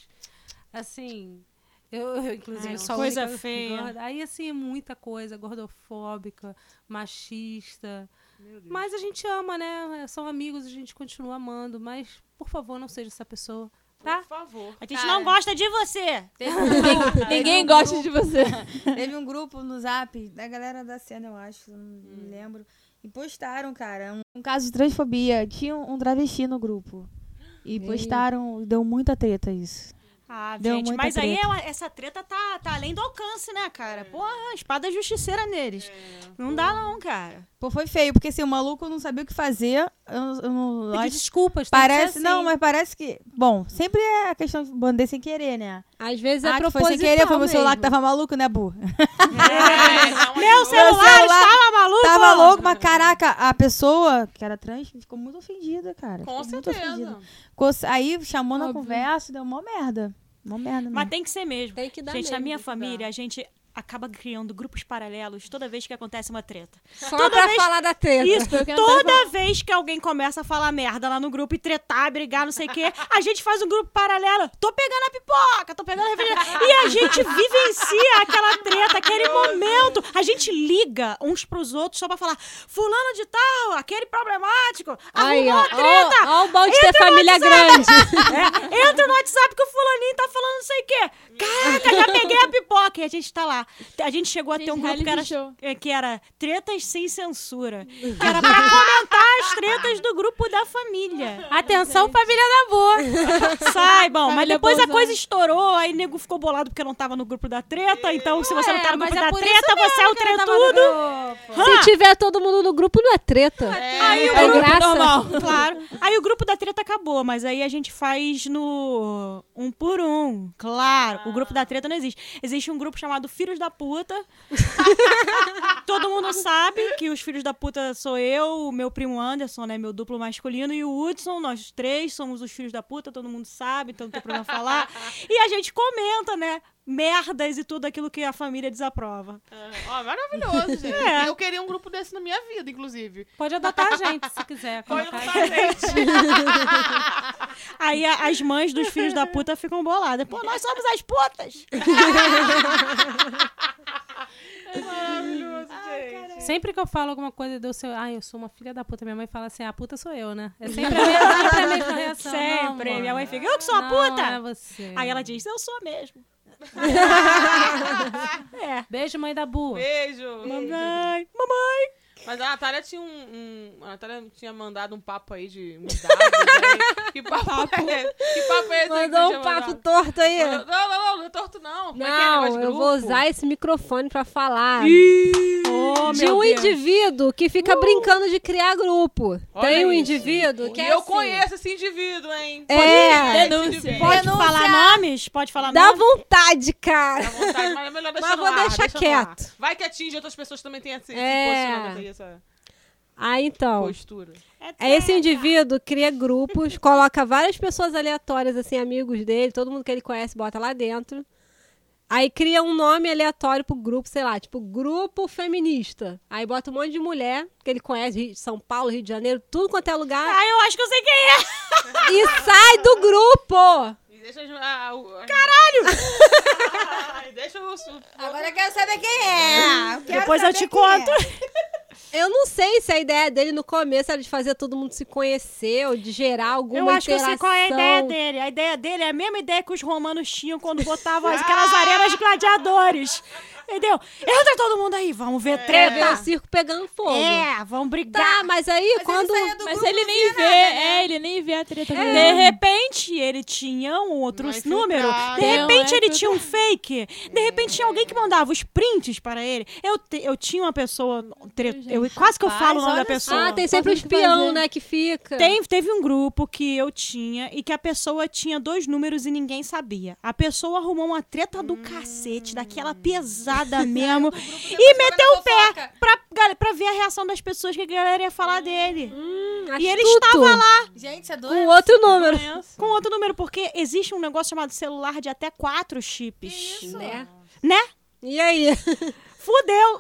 C: Assim, eu, eu, inclusive,
F: Ai,
C: sou a
F: coisa
C: única
F: feia.
C: gorda. Aí, assim, muita coisa gordofóbica, machista. Mas a gente ama, né? São amigos, a gente continua amando. Mas, por favor, não seja essa pessoa, tá?
A: Por favor.
F: A gente não gosta de você.
B: Teve um-
D: Ninguém gosta de você.
B: Teve um grupo no zap da galera da cena, eu acho, não
C: Hum.
B: me lembro. E postaram, cara, um, um caso de transfobia. Tinha um, um travesti no grupo. E postaram, deu muita treta isso.
F: Ah,
B: Deu
F: gente,
B: muita
F: mas aí
B: treta.
F: ela- essa treta tá, tá além do alcance, né,
E: É.
F: cara? Porra, espada justiceira neles. Não dá não, cara.
B: Pô, foi feio, porque assim, o maluco não sabia o que fazer. Eu, eu não-
C: Pedir
B: acho-
C: desculpas, tem É que ser
B: parece,
C: assim.
B: não, mas parece que. Bom, sempre é a questão de bandei sem querer, né?
E: Às vezes é
B: ah, que foi
E: proposital
B: sem querer, foi meu celular
E: mesmo.
B: que tava maluco, né, Bu?
E: É.
A: Meu
B: Meu celular
F: Tá maluco?
B: Tava louco, mas caraca, a pessoa que era trans ficou muito ofendida, cara.
A: Com
B: ficou muito
A: certeza.
B: ofendida. Cons- Aí chamou na
D: Óbvio.
B: conversa, deu mó merda. Mó merda,
F: Mas
B: mesmo.
F: tem que ser mesmo.
E: Hum. Tem que dar
F: gente, na
E: mesmo.
F: minha família, a gente acaba criando grupos paralelos toda vez que acontece uma treta.
E: Só
F: Toda
E: pra
F: vez-
E: falar da treta.
F: Isso,
D: foi o que eu
F: toda vez que alguém começa a falar merda lá no grupo e tretar, brigar, não sei o quê, a gente faz um grupo paralelo. Tô pegando a pipoca, tô pegando a refrigerante. E a gente vivencia aquela treta, aquele momento. A gente liga uns pros outros só pra falar, fulano de tal, aquele problemático,
E: Aí,
F: arrumou
E: ó,
F: a treta.
E: ó, ó o balde de ter família grande.
F: É, entra no WhatsApp que o fulaninho tá falando não sei o quê. Caraca, já peguei a pipoca. E a gente tá lá. A gente chegou a ter
D: Gente,
F: um grupo que
D: reality
F: era,
D: show.
F: é, que era Tretas Sem Censura. Que era pra comentar as tretas do grupo da família.
C: Atenção, família da boa.
F: Saibam, mas
D: Família
F: depois a
D: Bolsonaro.
F: coisa estourou, aí nego ficou bolado porque não tava no grupo da treta. Então, se você não tá no
C: Ué, mas
F: grupo
C: é
F: da
C: por
F: treta,
C: isso
F: você é o
C: mesmo que eu não tava
F: tretudo.
C: no grupo.
F: Hã?
E: Se tiver todo mundo no grupo, não é treta.
F: Aí o
E: É
F: grupo
E: graça.
F: normal. Claro. Aí o grupo da treta acabou, mas aí a gente faz no um por um. Claro, o grupo da treta não existe. Existe um grupo chamado Filhos da Puta. Todo mundo sabe que os filhos da puta sou eu, o meu primo Anderson, né, meu duplo masculino e o Hudson, nós três somos os filhos da puta, todo mundo sabe, então não tem problema falar. E a gente comenta, né, merdas e tudo aquilo que a família desaprova.
A: É. Ó, maravilhoso, gente.
F: É.
A: Eu queria um grupo desse na minha vida, inclusive.
C: Pode adotar a gente, se quiser.
A: Pode
C: colocar
A: botar a
C: aí.
A: gente.
F: Aí a- as mães dos filhos da puta ficam boladas. Pô, nós somos as putas.
A: Maravilhoso, gente.
C: Sempre que eu falo alguma coisa, eu sou, ai, eu sou uma filha da puta. Minha mãe fala assim, a puta sou eu, né? É sempre a mesma, sempre é a mesma reação.
F: Sempre.
C: Não,
F: Minha
C: amor.
F: mãe fica, eu que sou a
C: Não,
F: puta.
C: é você.
F: Aí ela diz, eu sou mesmo. é.
C: Beijo, mãe da Bu.
A: Beijo.
F: Mamãe, mamãe.
A: Mas a Natália tinha um, um- A Natália tinha mandado um papo aí de mudados. né? Que papo, é esse? Que papo é esse? aí que você
E: Mandou
A: tinha
E: um papo
A: mandado?
E: torto aí.
A: Mandou- Não, não, não, não é torto, não. Como é que é
E: Não,
A: negócio de
E: eu
A: grupo?
E: vou usar esse microfone pra falar
F: Oh,
E: de um indivíduo que fica brincando de criar grupo.
A: Uh. Olha
E: Tem um
A: isso.
E: indivíduo que
A: E
E: é
A: eu
E: assim,
A: conheço esse indivíduo, hein?
E: É,
A: Denúncia.
F: Pode falar nomes? Pode falar
E: dá
F: nomes?
E: vontade, cara.
A: Dá vontade, mas é melhor deixar
E: Mas
A: no
E: vou
A: ar,
E: deixar
A: deixa no ar.
E: quieto.
A: Vai que atinge outras pessoas que também tem esse, esse
E: É.
A: posicionamento aí, essa
E: Ah, então.
A: postura.
E: É esse indivíduo cria grupos, coloca várias pessoas aleatórias, assim, amigos dele, todo mundo que ele conhece bota lá dentro. Aí cria um nome aleatório pro grupo, sei lá, tipo grupo feminista. Aí bota um monte de mulher que ele conhece, Rio- São Paulo, Rio de Janeiro, tudo quanto é lugar,
F: Ah, eu acho que eu sei quem é.
E: e sai do grupo!
A: E deixa ah, as- a, Caralho! deixa o. o-
B: Agora eu quero saber quem é. quero
F: Depois eu
B: saber
F: te
B: quem é.
F: conto.
E: Eu não sei se a ideia dele no começo era de fazer todo mundo se conhecer ou de gerar alguma
F: Eu acho que eu
E: interação.
F: sei qual é a ideia dele. A ideia dele é a mesma ideia que os romanos tinham quando botavam aquelas arenas de gladiadores. Entendeu? Entra todo mundo aí, vamos ver
E: Pra ver o
F: treta.
E: circo pegando fogo.
F: Tá. É, vamos brigar.
E: Tá, mas aí
B: Mas
E: quando...
B: ele saía do
D: Mas
B: grupo,
D: ele
B: não
D: nem
B: via
D: vê,
B: nada, né?
D: é, ele nem vê a treta do
F: De
D: grupo.
F: repente ele tinha um outro
A: Vai
F: número.
A: filtrar,
F: De
D: né?
F: repente
D: Vai
F: ele tinha um fake. De repente tinha alguém que mandava os prints para ele. Eu, te- eu tinha uma pessoa. tre- eu, quase que eu falo o nome da
D: olha
F: pessoa.
E: Ah, tem sempre o
D: Pode
E: espião,
D: fazer.
E: né, que fica.
F: Tem- teve um grupo que eu tinha e que a pessoa tinha dois números e ninguém sabia. A pessoa arrumou uma treta do cacete, daquela pesada mesmo, e
B: é
F: meteu o pé pra, gal- pra ver a reação das pessoas que a galera ia falar dele.
D: Hum.
F: e ele
E: astuto.
F: estava lá
B: Gente, você é
E: Com
B: doido?
E: outro número.
F: com outro número, porque existe um negócio chamado celular de até quatro chips.
E: Né?
F: Né?
E: E aí?
F: Fudeu!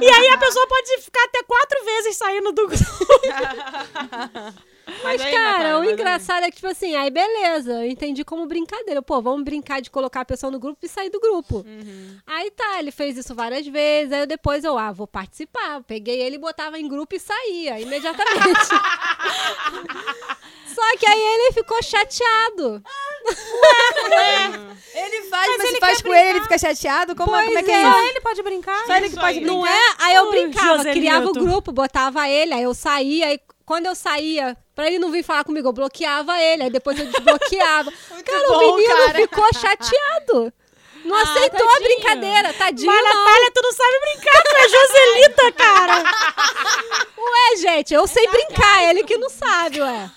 F: e aí a pessoa pode ficar até quatro vezes saindo do grupo.
E: Mas,
A: aí,
E: cara,
A: Natália,
E: o
A: mas aí-
E: engraçado é que, tipo assim, aí beleza, eu entendi como brincadeira. Pô, vamos brincar de colocar a pessoa no grupo e sair do grupo.
A: Uhum.
E: Aí tá, ele fez isso várias vezes, aí eu depois eu, ah, vou participar. Peguei ele, botava em grupo e saía imediatamente. Só que aí ele ficou chateado.
B: Ele faz, mas, se faz com ele, ele fica chateado? Como, como é que é,
E: Pois
B: isso?
E: é.
C: Só ele pode brincar?
B: Só ele que
A: Isso
B: pode
A: aí.
B: brincar.
E: Não é? Aí eu
F: Ô,
E: brincava,
F: Joselito.
E: criava o grupo, botava ele, aí eu saía, aí quando eu saía, pra ele não vir falar comigo, eu bloqueava ele, aí depois eu desbloqueava. cara, o
B: bom,
E: menino
B: cara.
E: ficou chateado. Não aceitou a
D: tadinho.
E: brincadeira, tadinho.
F: Mas
E: não.
F: Natália, tu não sabe brincar, tu é Joselita, cara!
E: Ué, gente, eu sei brincar, ele que não sabe, ué.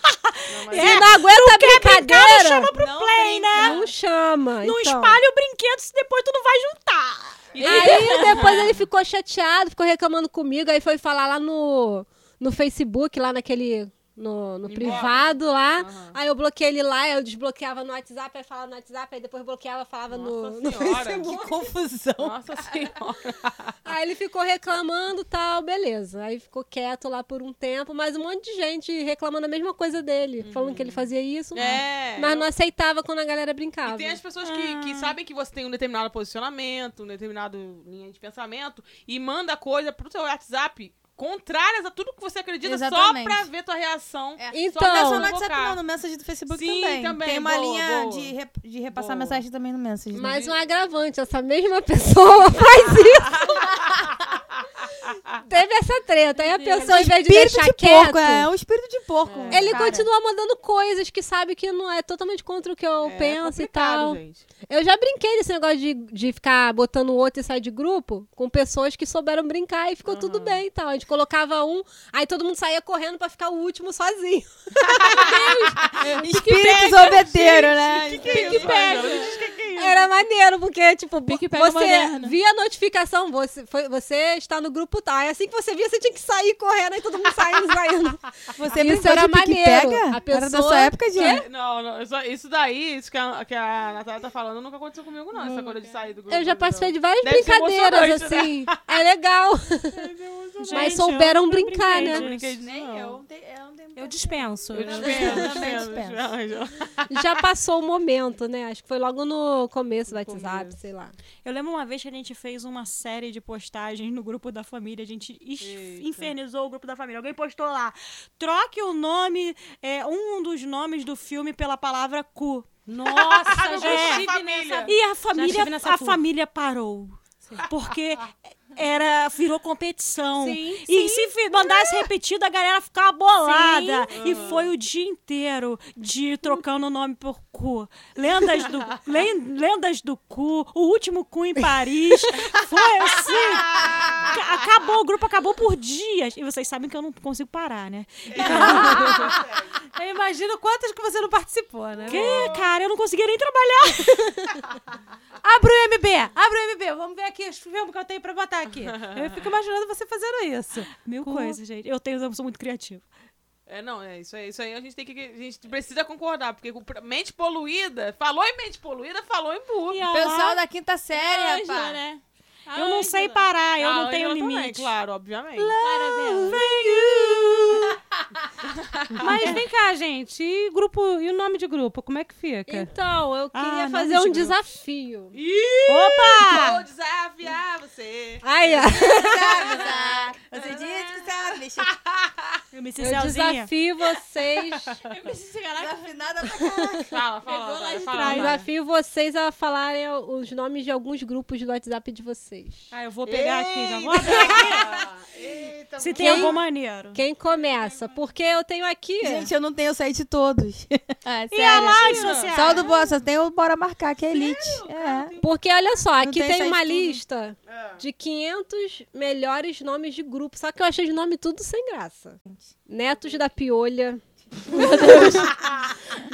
A: mas-
E: Se não aguenta a
F: É, Cara,
E: brincadeira,
F: chama pro play, né?
E: não chama. então.
F: Não espalha o brinquedo se depois tu não vai juntar.
E: Aí depois ele ficou chateado, ficou reclamando comigo, aí foi falar lá no, no Facebook, lá naquele. No, no privado lá. Aí eu bloqueei ele lá, eu desbloqueava no WhatsApp, aí falava no WhatsApp, aí depois bloqueava, falava no, no
A: Nossa senhora.
E: Facebook.
B: Que confusão.
A: Nossa senhora.
E: Aí ele ficou reclamando e tal, beleza. Aí ficou quieto lá por um tempo, mas um monte de gente reclamando a mesma coisa dele, falando que ele fazia isso,
A: Uhum. É.
E: mas não aceitava quando a galera brincava.
A: E tem as pessoas que, que sabem que você tem um determinado posicionamento, um determinado linha de pensamento, e manda coisa pro seu WhatsApp contrárias a tudo que você acredita
B: Exatamente.
A: só pra ver tua reação.
B: É.
E: Então-
B: Não é só
A: pra
B: no WhatsApp,
A: provocar.
B: não, no message do Facebook
A: Sim,
B: também.
A: também,
B: Tem uma
A: boa,
B: linha
A: boa.
B: De, rep- de repassar
A: Boa.
B: mensagem também no message. né?
E: Mais um agravante, essa mesma pessoa faz isso. Teve essa treta. Aí a pessoa, ao invés de
B: espírito
E: deixar
B: de
E: quieto,
B: porco, é um espírito de porco.
E: ele
B: cara.
E: continua mandando coisas que sabe que não é totalmente contra o que eu
A: É
E: penso e
A: complicado,
E: tal.
A: gente.
E: Eu já brinquei desse negócio de, de ficar botando o outro e sair de grupo com pessoas que souberam brincar e ficou tudo bem e tal. A gente colocava um, aí todo mundo saía correndo pra ficar o último sozinho.
B: Espíritos obedeiros, né?
E: Era maneiro, porque, tipo,
D: Pique-pega
E: você
D: moderno.
E: via a notificação, você, foi, você está no grupo tal. Aí assim que você via, você tinha que sair correndo, aí todo mundo saindo, saindo.
B: Você
E: Isso
B: brincou
E: era
B: de pique
E: maneiro.
B: pega?
E: A pessoa-
B: Era da sua época de ano.
A: Não, não, isso- isso daí, isso que a, que a Natália tá falando, nunca aconteceu comigo, não. Essa coisa de sair do grupo.
E: Eu já
A: não.
E: participei de várias
A: Deve ser
E: brincadeiras,
A: emocionante, né?
E: assim. É legal. Mas souberam brincar, né?
A: Eu não brinquei disso, não.
C: Eu dispenso.
A: Eu
C: Eu-
A: dispenso,
B: Também
A: dispenso,
B: dispenso.
A: dispenso.
E: Já passou o momento, né? Acho que foi logo no começo do WhatsApp, sei lá.
F: Eu lembro uma vez que a gente fez uma série de postagens no grupo da família. A gente es-
A: Eita.
F: infernizou o grupo da família. Alguém postou lá: troque o nome, é, um dos nomes do filme pela palavra cu.
C: Nossa, já
F: É.
C: estive nessa.
A: Família.
F: E a família,
C: estive nessa
F: a
C: cu.
F: família parou. Porque era, virou competição.
C: Sim,
F: e se fi- mandasse repetido, a galera ficava bolada. E foi o dia inteiro de trocando o nome por cu. Lendas do, len- lendas do cu, o último cu em Paris. Foi assim. ca- Acabou, o grupo acabou por dias. E vocês sabem que eu não consigo parar, né?
C: Eu imagino quantas que você não participou, né?
F: Porque, cara, eu não conseguia nem trabalhar.
C: Abre o MB, abre o MB. Vamos ver aqui os filmes que eu tenho pra botar aqui. Eu fico imaginando você fazendo isso.
F: Mil
C: Cu.
F: coisas, gente. Eu, tenho, eu sou muito criativa.
A: É, não, é isso aí. Isso aí a gente tem que. A gente precisa concordar, porque com- pra- mente poluída, falou em mente poluída, falou em burro.
F: E a
B: Pessoal da quinta
F: É,
B: série,
D: Ângela,
B: rapaz.
D: né?
F: Eu não sei
D: Ângela.
F: parar, eu
A: Ah,
F: não tenho
A: eu também,
F: limite.
A: claro, obviamente.
D: Parabéns.
C: Mas vem cá, gente. E grupo, e o nome de grupo, como é que fica?
E: Então, eu
F: Ah,
E: queria
F: nome
E: fazer
F: de
E: um
F: grupo.
E: desafio.
A: Vou desafiar você.
E: Ai, ó.
B: Sabe, sabe? Você diz que sabe, bicho.
F: Eu me
E: Eu desafio vocês.
B: Desafinada pra caralho.
A: Fala, fala. Natália, fala,
E: Eu
A: Natália.
E: desafio vocês a falarem os nomes de alguns grupos do WhatsApp de vocês.
F: Ah, eu vou pegar aqui, já vou
A: Eita!
F: abrir aqui.
A: Eita,
F: Se
A: vamos-
F: tem algum maneiro.
E: Quem começa? Porque eu tenho aqui.
B: Gente, eu não tenho, eu saí de todos.
E: Ah,
B: É,
F: E a
B: sério.
F: live social?
B: Só o do Boa, só tem o Bora Marcar, que é elite. É.
E: Porque olha só, aqui
B: tem
E: tem,
B: essas
E: uma
B: tudo.
E: lista de 500 melhores nomes de grupo. Só que eu achei os nomes tudo sem graça. Netos da Piolha. Meu Deus.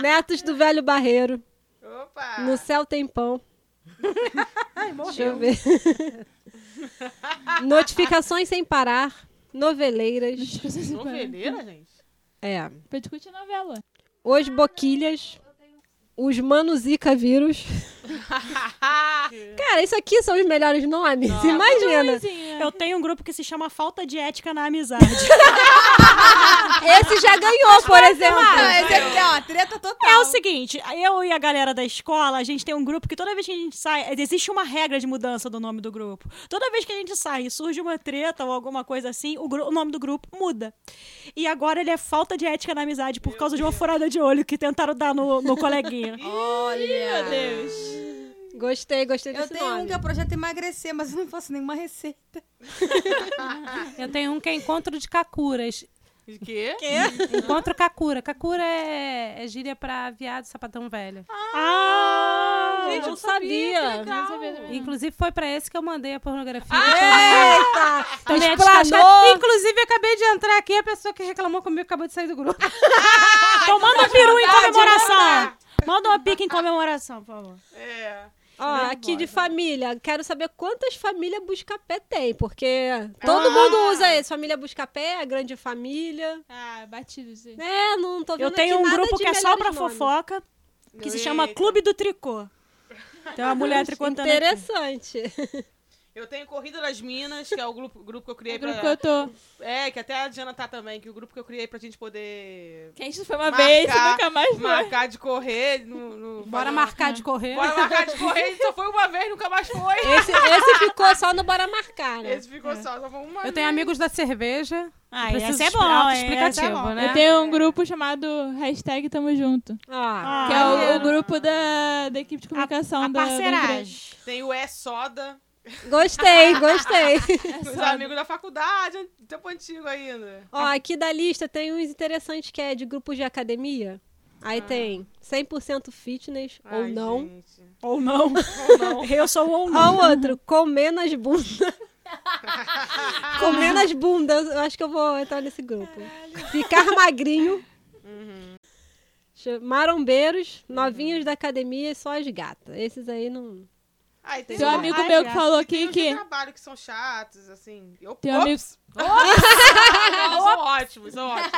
E: Netos do Velho Barreiro.
A: Opa!
E: No Céu Tem Pão. Deixa eu ver. Notificações sem parar. Noveleiras.
A: Noveleira, gente?
E: É.
D: Pra discutir novela.
E: Os Boquilhas. Os Mano Zika Vírus. Cara, isso aqui são os melhores nomes. Imagina.
F: Eu tenho um grupo que se chama Falta de Ética na Amizade.
E: Esse já ganhou, por
B: Não,
E: exemplo.
B: esse aqui é uma treta total.
F: É o seguinte, eu e a galera da escola, a gente tem um grupo que toda vez que a gente sai, existe uma regra de mudança do nome do grupo. Toda vez que a gente sai e surge uma treta ou alguma coisa assim, o, gru- o nome do grupo muda. E agora ele é falta de ética na amizade por causa de uma furada de olho que tentaram dar no, no coleguinha.
B: Olha.
E: Gostei, gostei
B: Eu
E: desse
B: tenho um
E: nome.
B: que é o projeto emagrecer, mas eu não faço nenhuma receita.
C: Eu tenho um que é encontro de Kakuras.
A: De quê?
C: Encontro Kakura. Kakura é, é gíria pra viado sapatão velho.
F: Ah!
E: Gente, eu não sabia.
D: Não sabia também.
C: Inclusive, foi pra esse que eu mandei a pornografia.
E: Eita!
C: Também é
E: Explanou.
C: descascada. Inclusive, eu acabei de entrar aqui a pessoa que reclamou comigo acabou de sair do grupo.
F: Então manda um peru em comemoração. Manda uma pica em comemoração, por favor.
A: É.
E: Ó, aqui de família. Quero saber quantas famílias Buscapé tem, porque
F: Ah.
E: todo mundo usa esse. Família Buscapé, a grande família.
D: Ah, batido isso aí.
E: É, não tô vendo
F: Eu tenho
E: aqui
F: um
E: nada
F: grupo
E: de
F: que é só pra
E: melhores nomes.
F: fofoca, que se chama Clube do Tricô. Tem uma mulher tricotando aqui.
E: Interessante.
A: Eu tenho Corrida das Minas, que é o grupo, grupo que eu criei
D: O grupo que
A: pra.
D: eu tô.
A: É, que até a Diana tá também, que o grupo que eu criei pra gente poder.
D: Quem isso foi uma
A: Marcar,
D: vez e nunca mais foi.
A: Marcar de correr. No, no-
C: Bora
A: fazer-
C: marcar de correr.
A: Bora marcar de correr, ele só foi uma vez, nunca mais foi.
E: Esse, esse ficou só no Bora Marcar,
D: É.
E: né?
A: Esse ficou só, só foi uma
C: Eu
A: vez.
C: tenho amigos da cerveja.
F: Ah,
C: Preciso
F: essa é
C: expli-
F: bom,
C: autoexplicativo, né?
D: Eu tenho um grupo chamado hashtag Tamo Junto.
E: Ah,
D: que é o, o grupo da, da equipe de
F: a,
D: comunicação
F: a
D: da, da empresa.
F: parceragem.
A: Tem o É Soda.
E: Gostei, gostei.
D: É
A: Os amigos da faculdade, um tempo antigo ainda.
E: Ó, aqui da lista tem uns interessantes que é de grupos de academia. Aí tem 100% fitness ou
A: Ah. Ai,
E: não.
A: gente.
F: Ou não. Eu sou ou não.
E: Ó, o outro, comendo as bundas. comendo as bundas. Eu acho que eu vou entrar nesse grupo. Ficar magrinho.
A: Uhum.
E: Deixa- Marombeiros, novinhos da academia e só as gatas. Esses aí não.
A: Ai, tem
D: Tem um
A: uma-
D: amigo
F: Ai,
D: meu que
F: já.
A: tem
D: falou aqui
A: uns de
D: que.
A: trabalho que são chatos, assim. Eu,
D: Tem um amigo-
A: Ah, são ótimos, são ótimos.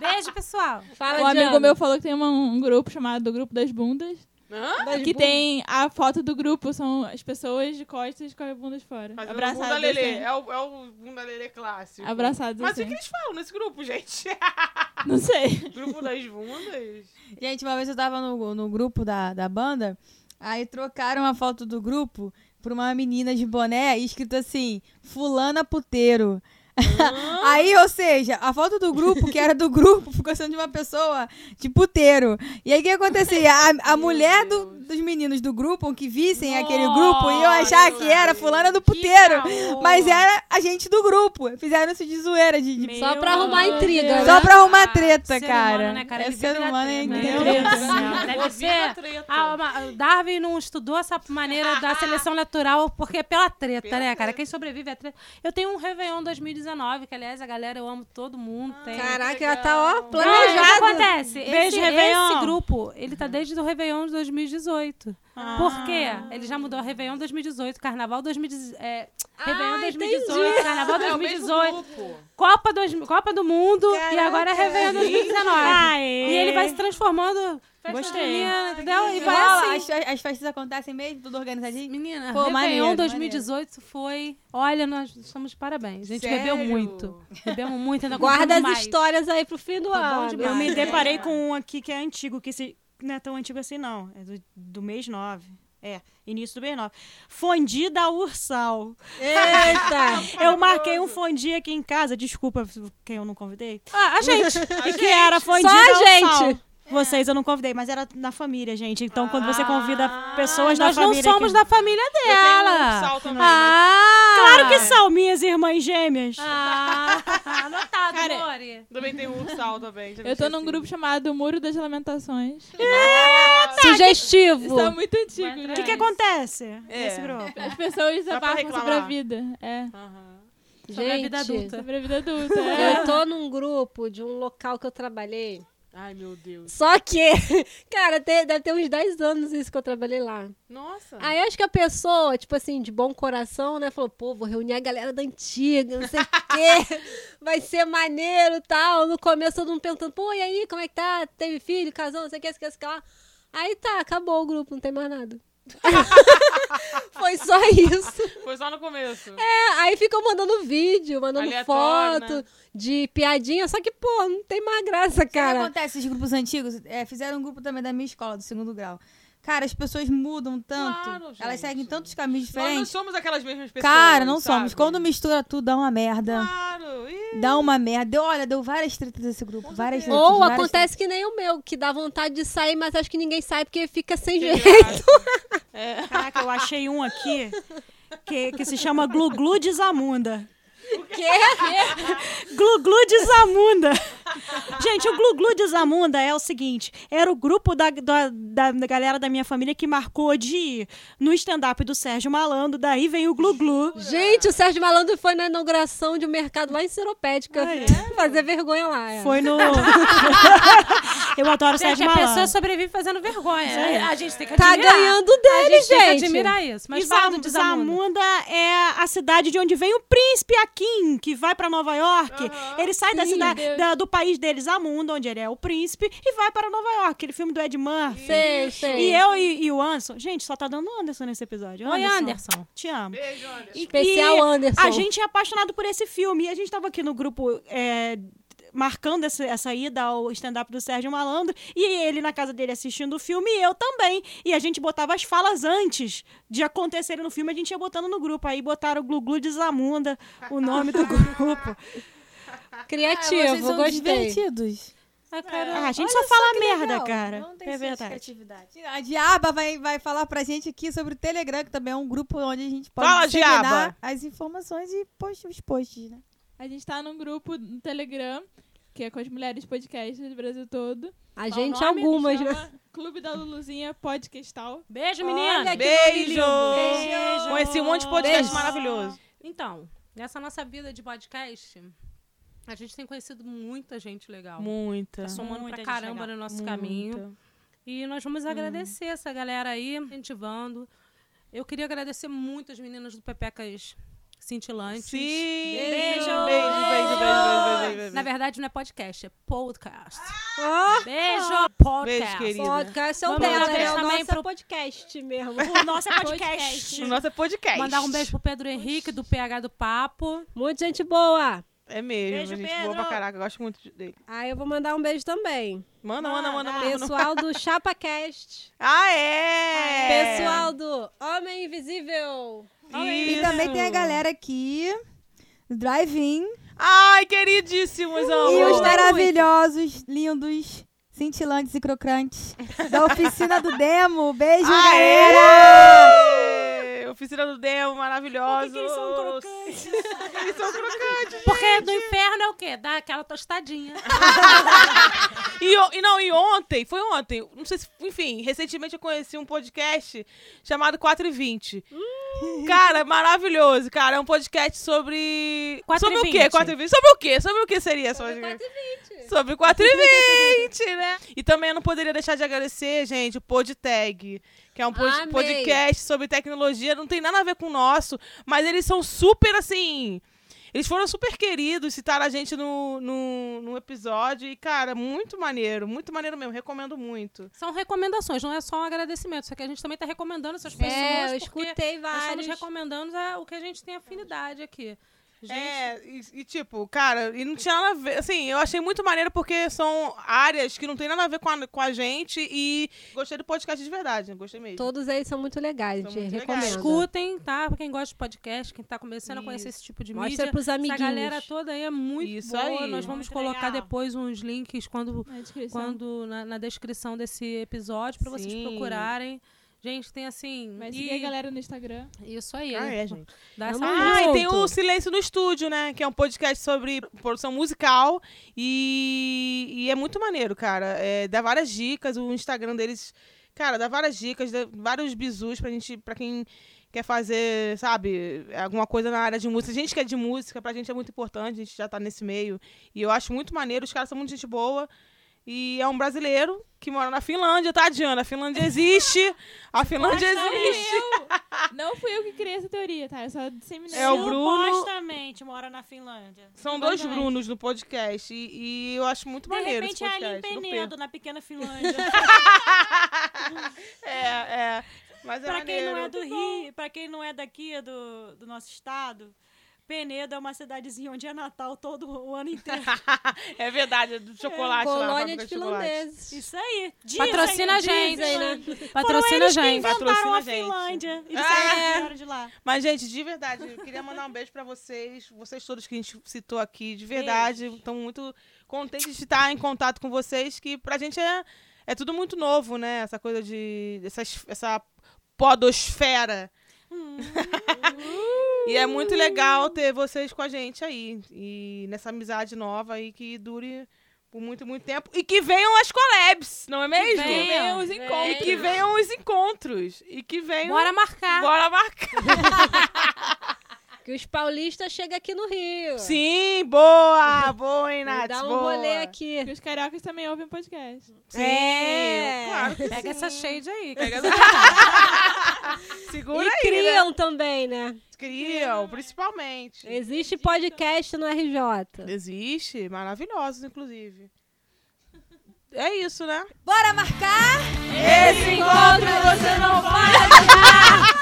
C: Beijo, pessoal.
E: Fala
D: Um amigo
E: Diana.
D: meu falou que tem uma- um grupo chamado Grupo das Bundas.
A: Hã?
E: Das
D: que
E: bundas.
D: tem a foto do grupo, são as pessoas de costas com as bundas fora.
A: Fazendo
D: abraçadas.
A: bunda lelê.
D: assim.
A: É o, é o bunda lelê clássico.
D: Abraçadas.
A: Mas o
D: assim.
A: que que eles falam nesse grupo, gente?
D: Não sei.
A: grupo das bundas?
B: Gente, uma vez eu tava no, no grupo da, da banda, aí trocaram a foto do grupo por uma menina de boné e escrito assim, fulana puteiro.
C: Ah.
B: aí, ou seja, a foto do grupo, que era do grupo, ficou sendo de uma pessoa de puteiro. E aí o que acontecia? A, a mulher do- dos meninos do grupo, que vissem aquele grupo, iam achar que era fulana do puteiro. Mas era a gente do grupo. Fizeram isso de zoeira, de, de
E: Só pra arrumar intriga. né?
B: só pra arrumar treta,
C: Ah, Ser
B: cara.
C: humano, né, cara?
B: É
C: Ele
B: ser
C: vive na
B: humano, é
C: treta, né?
B: incrível.
C: Meu Deus do
D: Treta. né?
C: céu. Deve
A: Eu vi a
C: ser.
A: treta.
C: Ah, uma- Darwin não estudou essa maneira da seleção natural porque é pela treta,
A: Pela
C: né, cara?
A: treta.
C: Quem sobrevive é treta. Eu tenho um Réveillon 2019, que aliás a galera eu amo todo mundo. tem.
E: Caraca, ela tá ó,
C: Não, o que
E: planejada.
C: acontece?
F: Beijo,
C: esse,
F: Réveillon.
C: esse grupo, ele tá desde o Réveillon de 2018. Por quê? Ele já mudou Réveillon 2018, Carnaval 2018. É, Réveillon 2018, Carnaval
A: É o mesmo
C: 2018,
A: grupo.
C: Copa, dois, Copa do Mundo e
E: Caraca.
C: agora é Réveillon 2019.
F: Aê.
C: E ele vai se transformando. Festa
F: Gostei.
C: junina, entendeu? E vai
B: Rola,
C: assim.
B: as, as festas acontecem mesmo, tudo organizadinho.
C: Menina,
B: Pô,
C: Réveillon
B: maneiro,
C: 2018 foi. Olha, nós estamos de parabéns. A gente bebeu
A: Sério?
C: muito. Bebemos muito, ainda
E: Guarda
C: compramos
E: as
C: mais.
E: histórias aí pro fim do
C: Tá bom
E: ano.
C: demais.
F: Eu me
C: Mas-
F: deparei com um aqui que é antigo, que esse não é tão antigo assim, não. É do, do mês 9. É, início do mês 9. Fondi da Ursal.
E: Eita!
F: Eu marquei um fondi aqui em casa, desculpa quem eu não convidei.
C: Ah, a gente.
F: e que era
E: Só
F: fondi da
E: a
F: Ursal.
E: gente.
F: Vocês eu não convidei, mas era na família, gente. Então, quando você convida pessoas da
C: Ah, Nós não
F: família.
C: somos
F: que...
C: da família
A: Eu
C: dela.
A: tenho um sal também. mas-
C: Ah!
F: Claro que são minhas irmãs gêmeas.
C: Ah, anotado,
D: Cara,
C: Mori.
A: Também tem um sal também. já assim. me
D: Eu tô num
A: esqueci.
D: grupo chamado Muro das Lamentações.
C: Tá,
E: Sugestivo.
D: Isso é muito antigo, né?
F: O que, que acontece
C: É.
F: nesse grupo?
D: As pessoas
A: pra
D: desabafam sobre a
A: reclamar.
D: vida. É.
A: Aham.
C: Sobre a vida adulta.
D: Sobre a vida adulta. é.
E: Eu tô num grupo de um local que eu trabalhei.
A: Ai, meu Deus.
E: Só que, cara, te- deve ter uns 10 anos isso que eu trabalhei lá.
A: Nossa.
E: Aí acho que a pessoa, tipo assim, de bom coração, né? Falou, pô, vou reunir a galera da antiga, não sei o quê. Vai ser maneiro e tal. No começo todo mundo perguntando, pô, e aí, como é que tá? Teve filho, casou, não sei o que, não sei o que, não sei o que lá. Aí tá, acabou o grupo, não tem mais nada. Foi só isso.
A: Foi só no começo.
E: É, aí ficam mandando vídeo, mandando
A: Aleatório,
E: foto
A: né?
E: de piadinha, só que, pô, não tem mais graça,
B: O que
E: cara.
B: acontece? Esses grupos antigos, é, fizeram um grupo também da minha escola, do segundo grau. Cara, as pessoas mudam tanto.
A: Claro,
B: elas
A: gente.
B: seguem tantos caminhos
A: Nós não
B: diferentes.
A: somos aquelas mesmas pessoas.
B: Cara, não
A: sabe?
B: somos. Quando mistura tudo, dá uma merda.
A: Claro. Ih,
B: Dá uma merda. Deu, olha, deu várias tretas nesse grupo. Várias tretas.
E: Ou
B: várias
E: acontece que nem o meu, que dá vontade de sair, mas acho que ninguém sai porque fica sem
A: que
E: jeito.
A: graça. É.
F: Caraca, eu achei um aqui que, que se chama Glu Glu de Zamunda. O quê? Glu Glu de Zamunda. Gente, o Glu Glu de Zamunda é o seguinte: era o grupo da, da, da- da galera da minha família que marcou de ir no stand-up do Sérgio Malandro, daí veio o Glu Glu.
E: Gente, o Sérgio Malandro foi na inauguração de um mercado lá em Seropédica fazer vergonha lá. é.
F: Foi no. eu adoro o
C: Gente,
F: Sérgio
C: a pessoa
F: Malandro.
C: sobrevive fazendo vergonha. A gente tem que
E: Tá
C: admirar.
E: ganhando
C: A
E: dele,
C: gente, tem
E: gente.
C: que admirar isso. Mas
F: e
C: fala
F: Zam-
C: do Zamunda.
F: Zamunda é a cidade de onde vem o príncipe Akim, que vai pra Nova York. Ele sai da
D: Meu
F: cidade
D: Deus.
F: da- do país dele, Zamunda, onde ele é o príncipe, e vai para Nova York, aquele filme do Ed Murphy.
E: Sei, sei.
F: E eu e, e o Anderson. Gente, só tá dando Anderson nesse episódio.
C: Oi,
F: Anderson.
C: Anderson.
F: Te amo.
A: Beijo, Anderson.
E: Especial
F: E
E: Anderson.
F: A gente é apaixonado por esse filme. E a gente tava aqui no grupo. é, Marcando essa, essa ida ao stand-up do Sérgio Malandro, e ele na casa dele assistindo o filme, e eu também. E a gente botava as falas antes de acontecerem no filme, a gente ia botando no grupo. Aí botaram o Glu Glu de Zamunda, o nome do grupo.
B: tretas. Ah, vocês
E: Criativo,
B: são
E: tipo, gostei.
B: divertidos.
C: Ah, cara,
F: Ah, a gente
B: Olha
F: só fala
B: que
F: merda,
B: legal.
F: cara.
B: Não tem
F: é
B: senso de
F: verdade.
B: criatividade. A Diaba vai, vai falar pra gente aqui sobre o Telegram, que também é um grupo onde a gente pode
A: Fala,
B: disseminar
A: Diaba!
B: as informações e post, os posts, né?
D: A gente tá num grupo no Telegram, que é com as mulheres podcasts do Brasil todo.
E: A
D: Qual o
E: gente,
D: nome?
E: algumas, né?
D: Chama Clube da Luluzinha Podcastal.
C: Beijo, menina.
E: Olha que
A: Beijo!
F: É,
E: Beijo!
A: Conheci um monte de podcast
E: Beijo.
A: maravilhoso.
C: Então, nessa nossa vida de podcast, a gente tem conhecido muita gente legal.
A: Muita.
C: Tá somando
F: Muita
C: pra
F: gente
C: caramba no
F: legal.
C: nosso
A: Muita.
C: caminho. E nós vamos agradecer essa galera aí, incentivando. Eu queria agradecer muito as meninas do Pepecas Cintilantes.
A: Sim!
C: Beijo!
A: Beijo, beijo, beijo, beijo, beijo,
C: Na
A: beijo.
C: verdade, não é podcast, é podcast.
E: Ah,
C: Beijo,
A: Beijo,
C: podcast.
A: querida.
E: podcast é o
C: Vamos
E: dela,
C: mandar
E: é
C: beijo
E: o
C: também
E: nosso
C: pro-
E: podcast mesmo.
F: O nosso é podcast.
A: O nosso é podcast.
C: Mandar um beijo pro Pedro Henrique, do PH do Papo.
E: Muita gente boa.
A: É mesmo,
F: Beijo,
A: gente.
F: Pedro.
A: Boa pra caraca, eu gosto muito de- dele.
E: Aí eu vou mandar um beijo também.
A: Manda, manda,
E: é
A: manda, manda. manda.
E: Pessoal do ChapaCast.
A: Ah, é!
E: Pessoal do Homem Invisível.
B: E também tem a
A: Isso.
B: galera aqui, do Drive-In,
A: Ai, queridíssimos,
B: e tá os
A: amor.
B: maravilhosos, lindos, cintilantes e crocantes da Oficina do Demo. Beijo, galera!
A: Aê! Oficina do Demo, maravilhosos.
F: Por que que eles são crocantes?
A: Eles são crocantes.
C: Porque no inferno é o quê? Dá aquela tostadinha.
A: E, o- e não, e ontem, foi ontem, não sei se, enfim, recentemente eu conheci um podcast chamado 4 e 20. Cara, maravilhoso, cara. É um podcast sobre.
C: 4 e
A: sobre
C: 20.
A: o quê? 4 e 20? Sobre o quê? Sobre o que seria essa
E: Sobre
A: podcast?
E: 4 e 20.
A: Sobre 4 e 20, né? E também eu não poderia deixar de agradecer, gente, o PodTag, que é um pod-
E: Amei.
A: podcast sobre tecnologia, não tem nada a ver com o nosso, mas eles são super assim. Eles foram super queridos, citaram a gente no, no, no episódio. E, cara, muito maneiro, muito maneiro mesmo. Recomendo muito.
C: São recomendações, não é só um agradecimento. Só que a gente também tá recomendando essas pessoas.
E: É, eu
C: porque
E: escutei
C: Nós
E: vários.
C: estamos recomendando é, o que a gente tem afinidade aqui. Gente,
A: É, e, e, tipo, cara, e não tinha nada a ver. Assim, eu achei muito maneiro porque são áreas que não tem nada a ver com a, com a gente. E gostei do podcast de verdade, né? gostei mesmo.
E: Todos eles são muito legais,
A: São
E: gente.
A: muito
E: Recomendo.
A: legais.
C: escutem, tá? Pra quem gosta de podcast, quem tá começando a conhecer esse tipo de
E: Mostra
C: mídia.
E: pros
C: Essa
E: amiguinhos.
C: galera toda aí é muito
A: Isso
C: boa.
A: aí.
C: Nós vamos
F: Muito
C: colocar
F: legal.
C: depois uns links quando,
D: Na descrição.
C: quando na, na descrição desse episódio pra vocês
A: Sim.
C: procurarem. Gente, tem assim.
D: Vai seguir a
C: e,
D: galera no Instagram.
C: Isso aí.
A: Ah,
C: né?
A: é, gente.
C: Dá
E: Vamos
C: essa
E: lá.
A: Ah, e tem
E: Junto.
A: o Silêncio no Estúdio, né? Que é um podcast sobre produção musical. E, e é muito maneiro, cara. É, dá várias dicas. O Instagram deles, cara, dá várias dicas, dá vários bizus pra gente, pra quem quer fazer, sabe, alguma coisa na área de música. A gente que é de música, pra gente é muito importante, a gente já tá nesse meio. E eu acho muito maneiro, os caras são muito gente boa. E é um brasileiro que mora na Finlândia, tá, Diana? A Finlândia existe. A Finlândia
D: Não fui
A: existe.
D: eu! Não fui eu que criei essa teoria, tá? Eu só disseminei.
A: É o Bruno-
F: Supostamente mora na Finlândia.
A: São dois
F: Supostamente.
A: Brunos no podcast e, e eu acho muito
F: De
A: maneiro
F: repente
A: esse
F: é ali em
A: podcast. não
F: Penedo, na pequena Finlândia.
A: perco. É, é. Mas é
F: pra quem
A: maneiro.
F: não é do Rio, pra quem não é daqui do, do nosso estado, Penedo é uma cidadezinha onde é Natal todo o ano inteiro.
A: é verdade, é do chocolate lá.
E: Colônia
A: fábrica
E: de
A: chocolate.
E: finlandeses.
F: Isso aí. Dizem,
C: Patrocina a gente.
F: dizem, né? Foram
C: Patrocina a
F: eles que
C: gente.
F: inventaram
A: Patrocina a
F: a
A: gente.
F: Finlândia. E
A: Ah,
F: saíram de lá.
A: Mas, gente, de verdade, eu queria mandar um beijo pra vocês, vocês todos que a gente citou aqui, de verdade. Estamos muito contentes de estar em contato com vocês, que pra gente é, é tudo muito novo, né? Essa coisa de. Essas, essa podosfera.
C: Hum.
A: e é muito legal ter vocês com a gente aí. E nessa amizade nova aí que dure por muito, muito tempo. E que venham as collabs, não é mesmo?
C: venham,
A: os encontros. E que venham os encontros. E que venham.
C: Bora marcar.
A: Bora marcar.
E: Que os paulistas chegam aqui no Rio.
A: Sim, boa! Boa, hein,
E: Vou
A: Nath?
E: Dar um
A: boa.
E: rolê aqui.
D: Porque os cariocas também ouvem podcast.
A: Sim,
E: É.
A: claro que
C: Pega essa shade aí.
A: Pega Segura
E: E
A: aí,
E: criam também, né?
A: né? Criam, principalmente.
E: Existe podcast no RJ.
A: Existe, maravilhosos, inclusive. É isso, né?
B: Bora marcar!
A: Esse encontro você não vai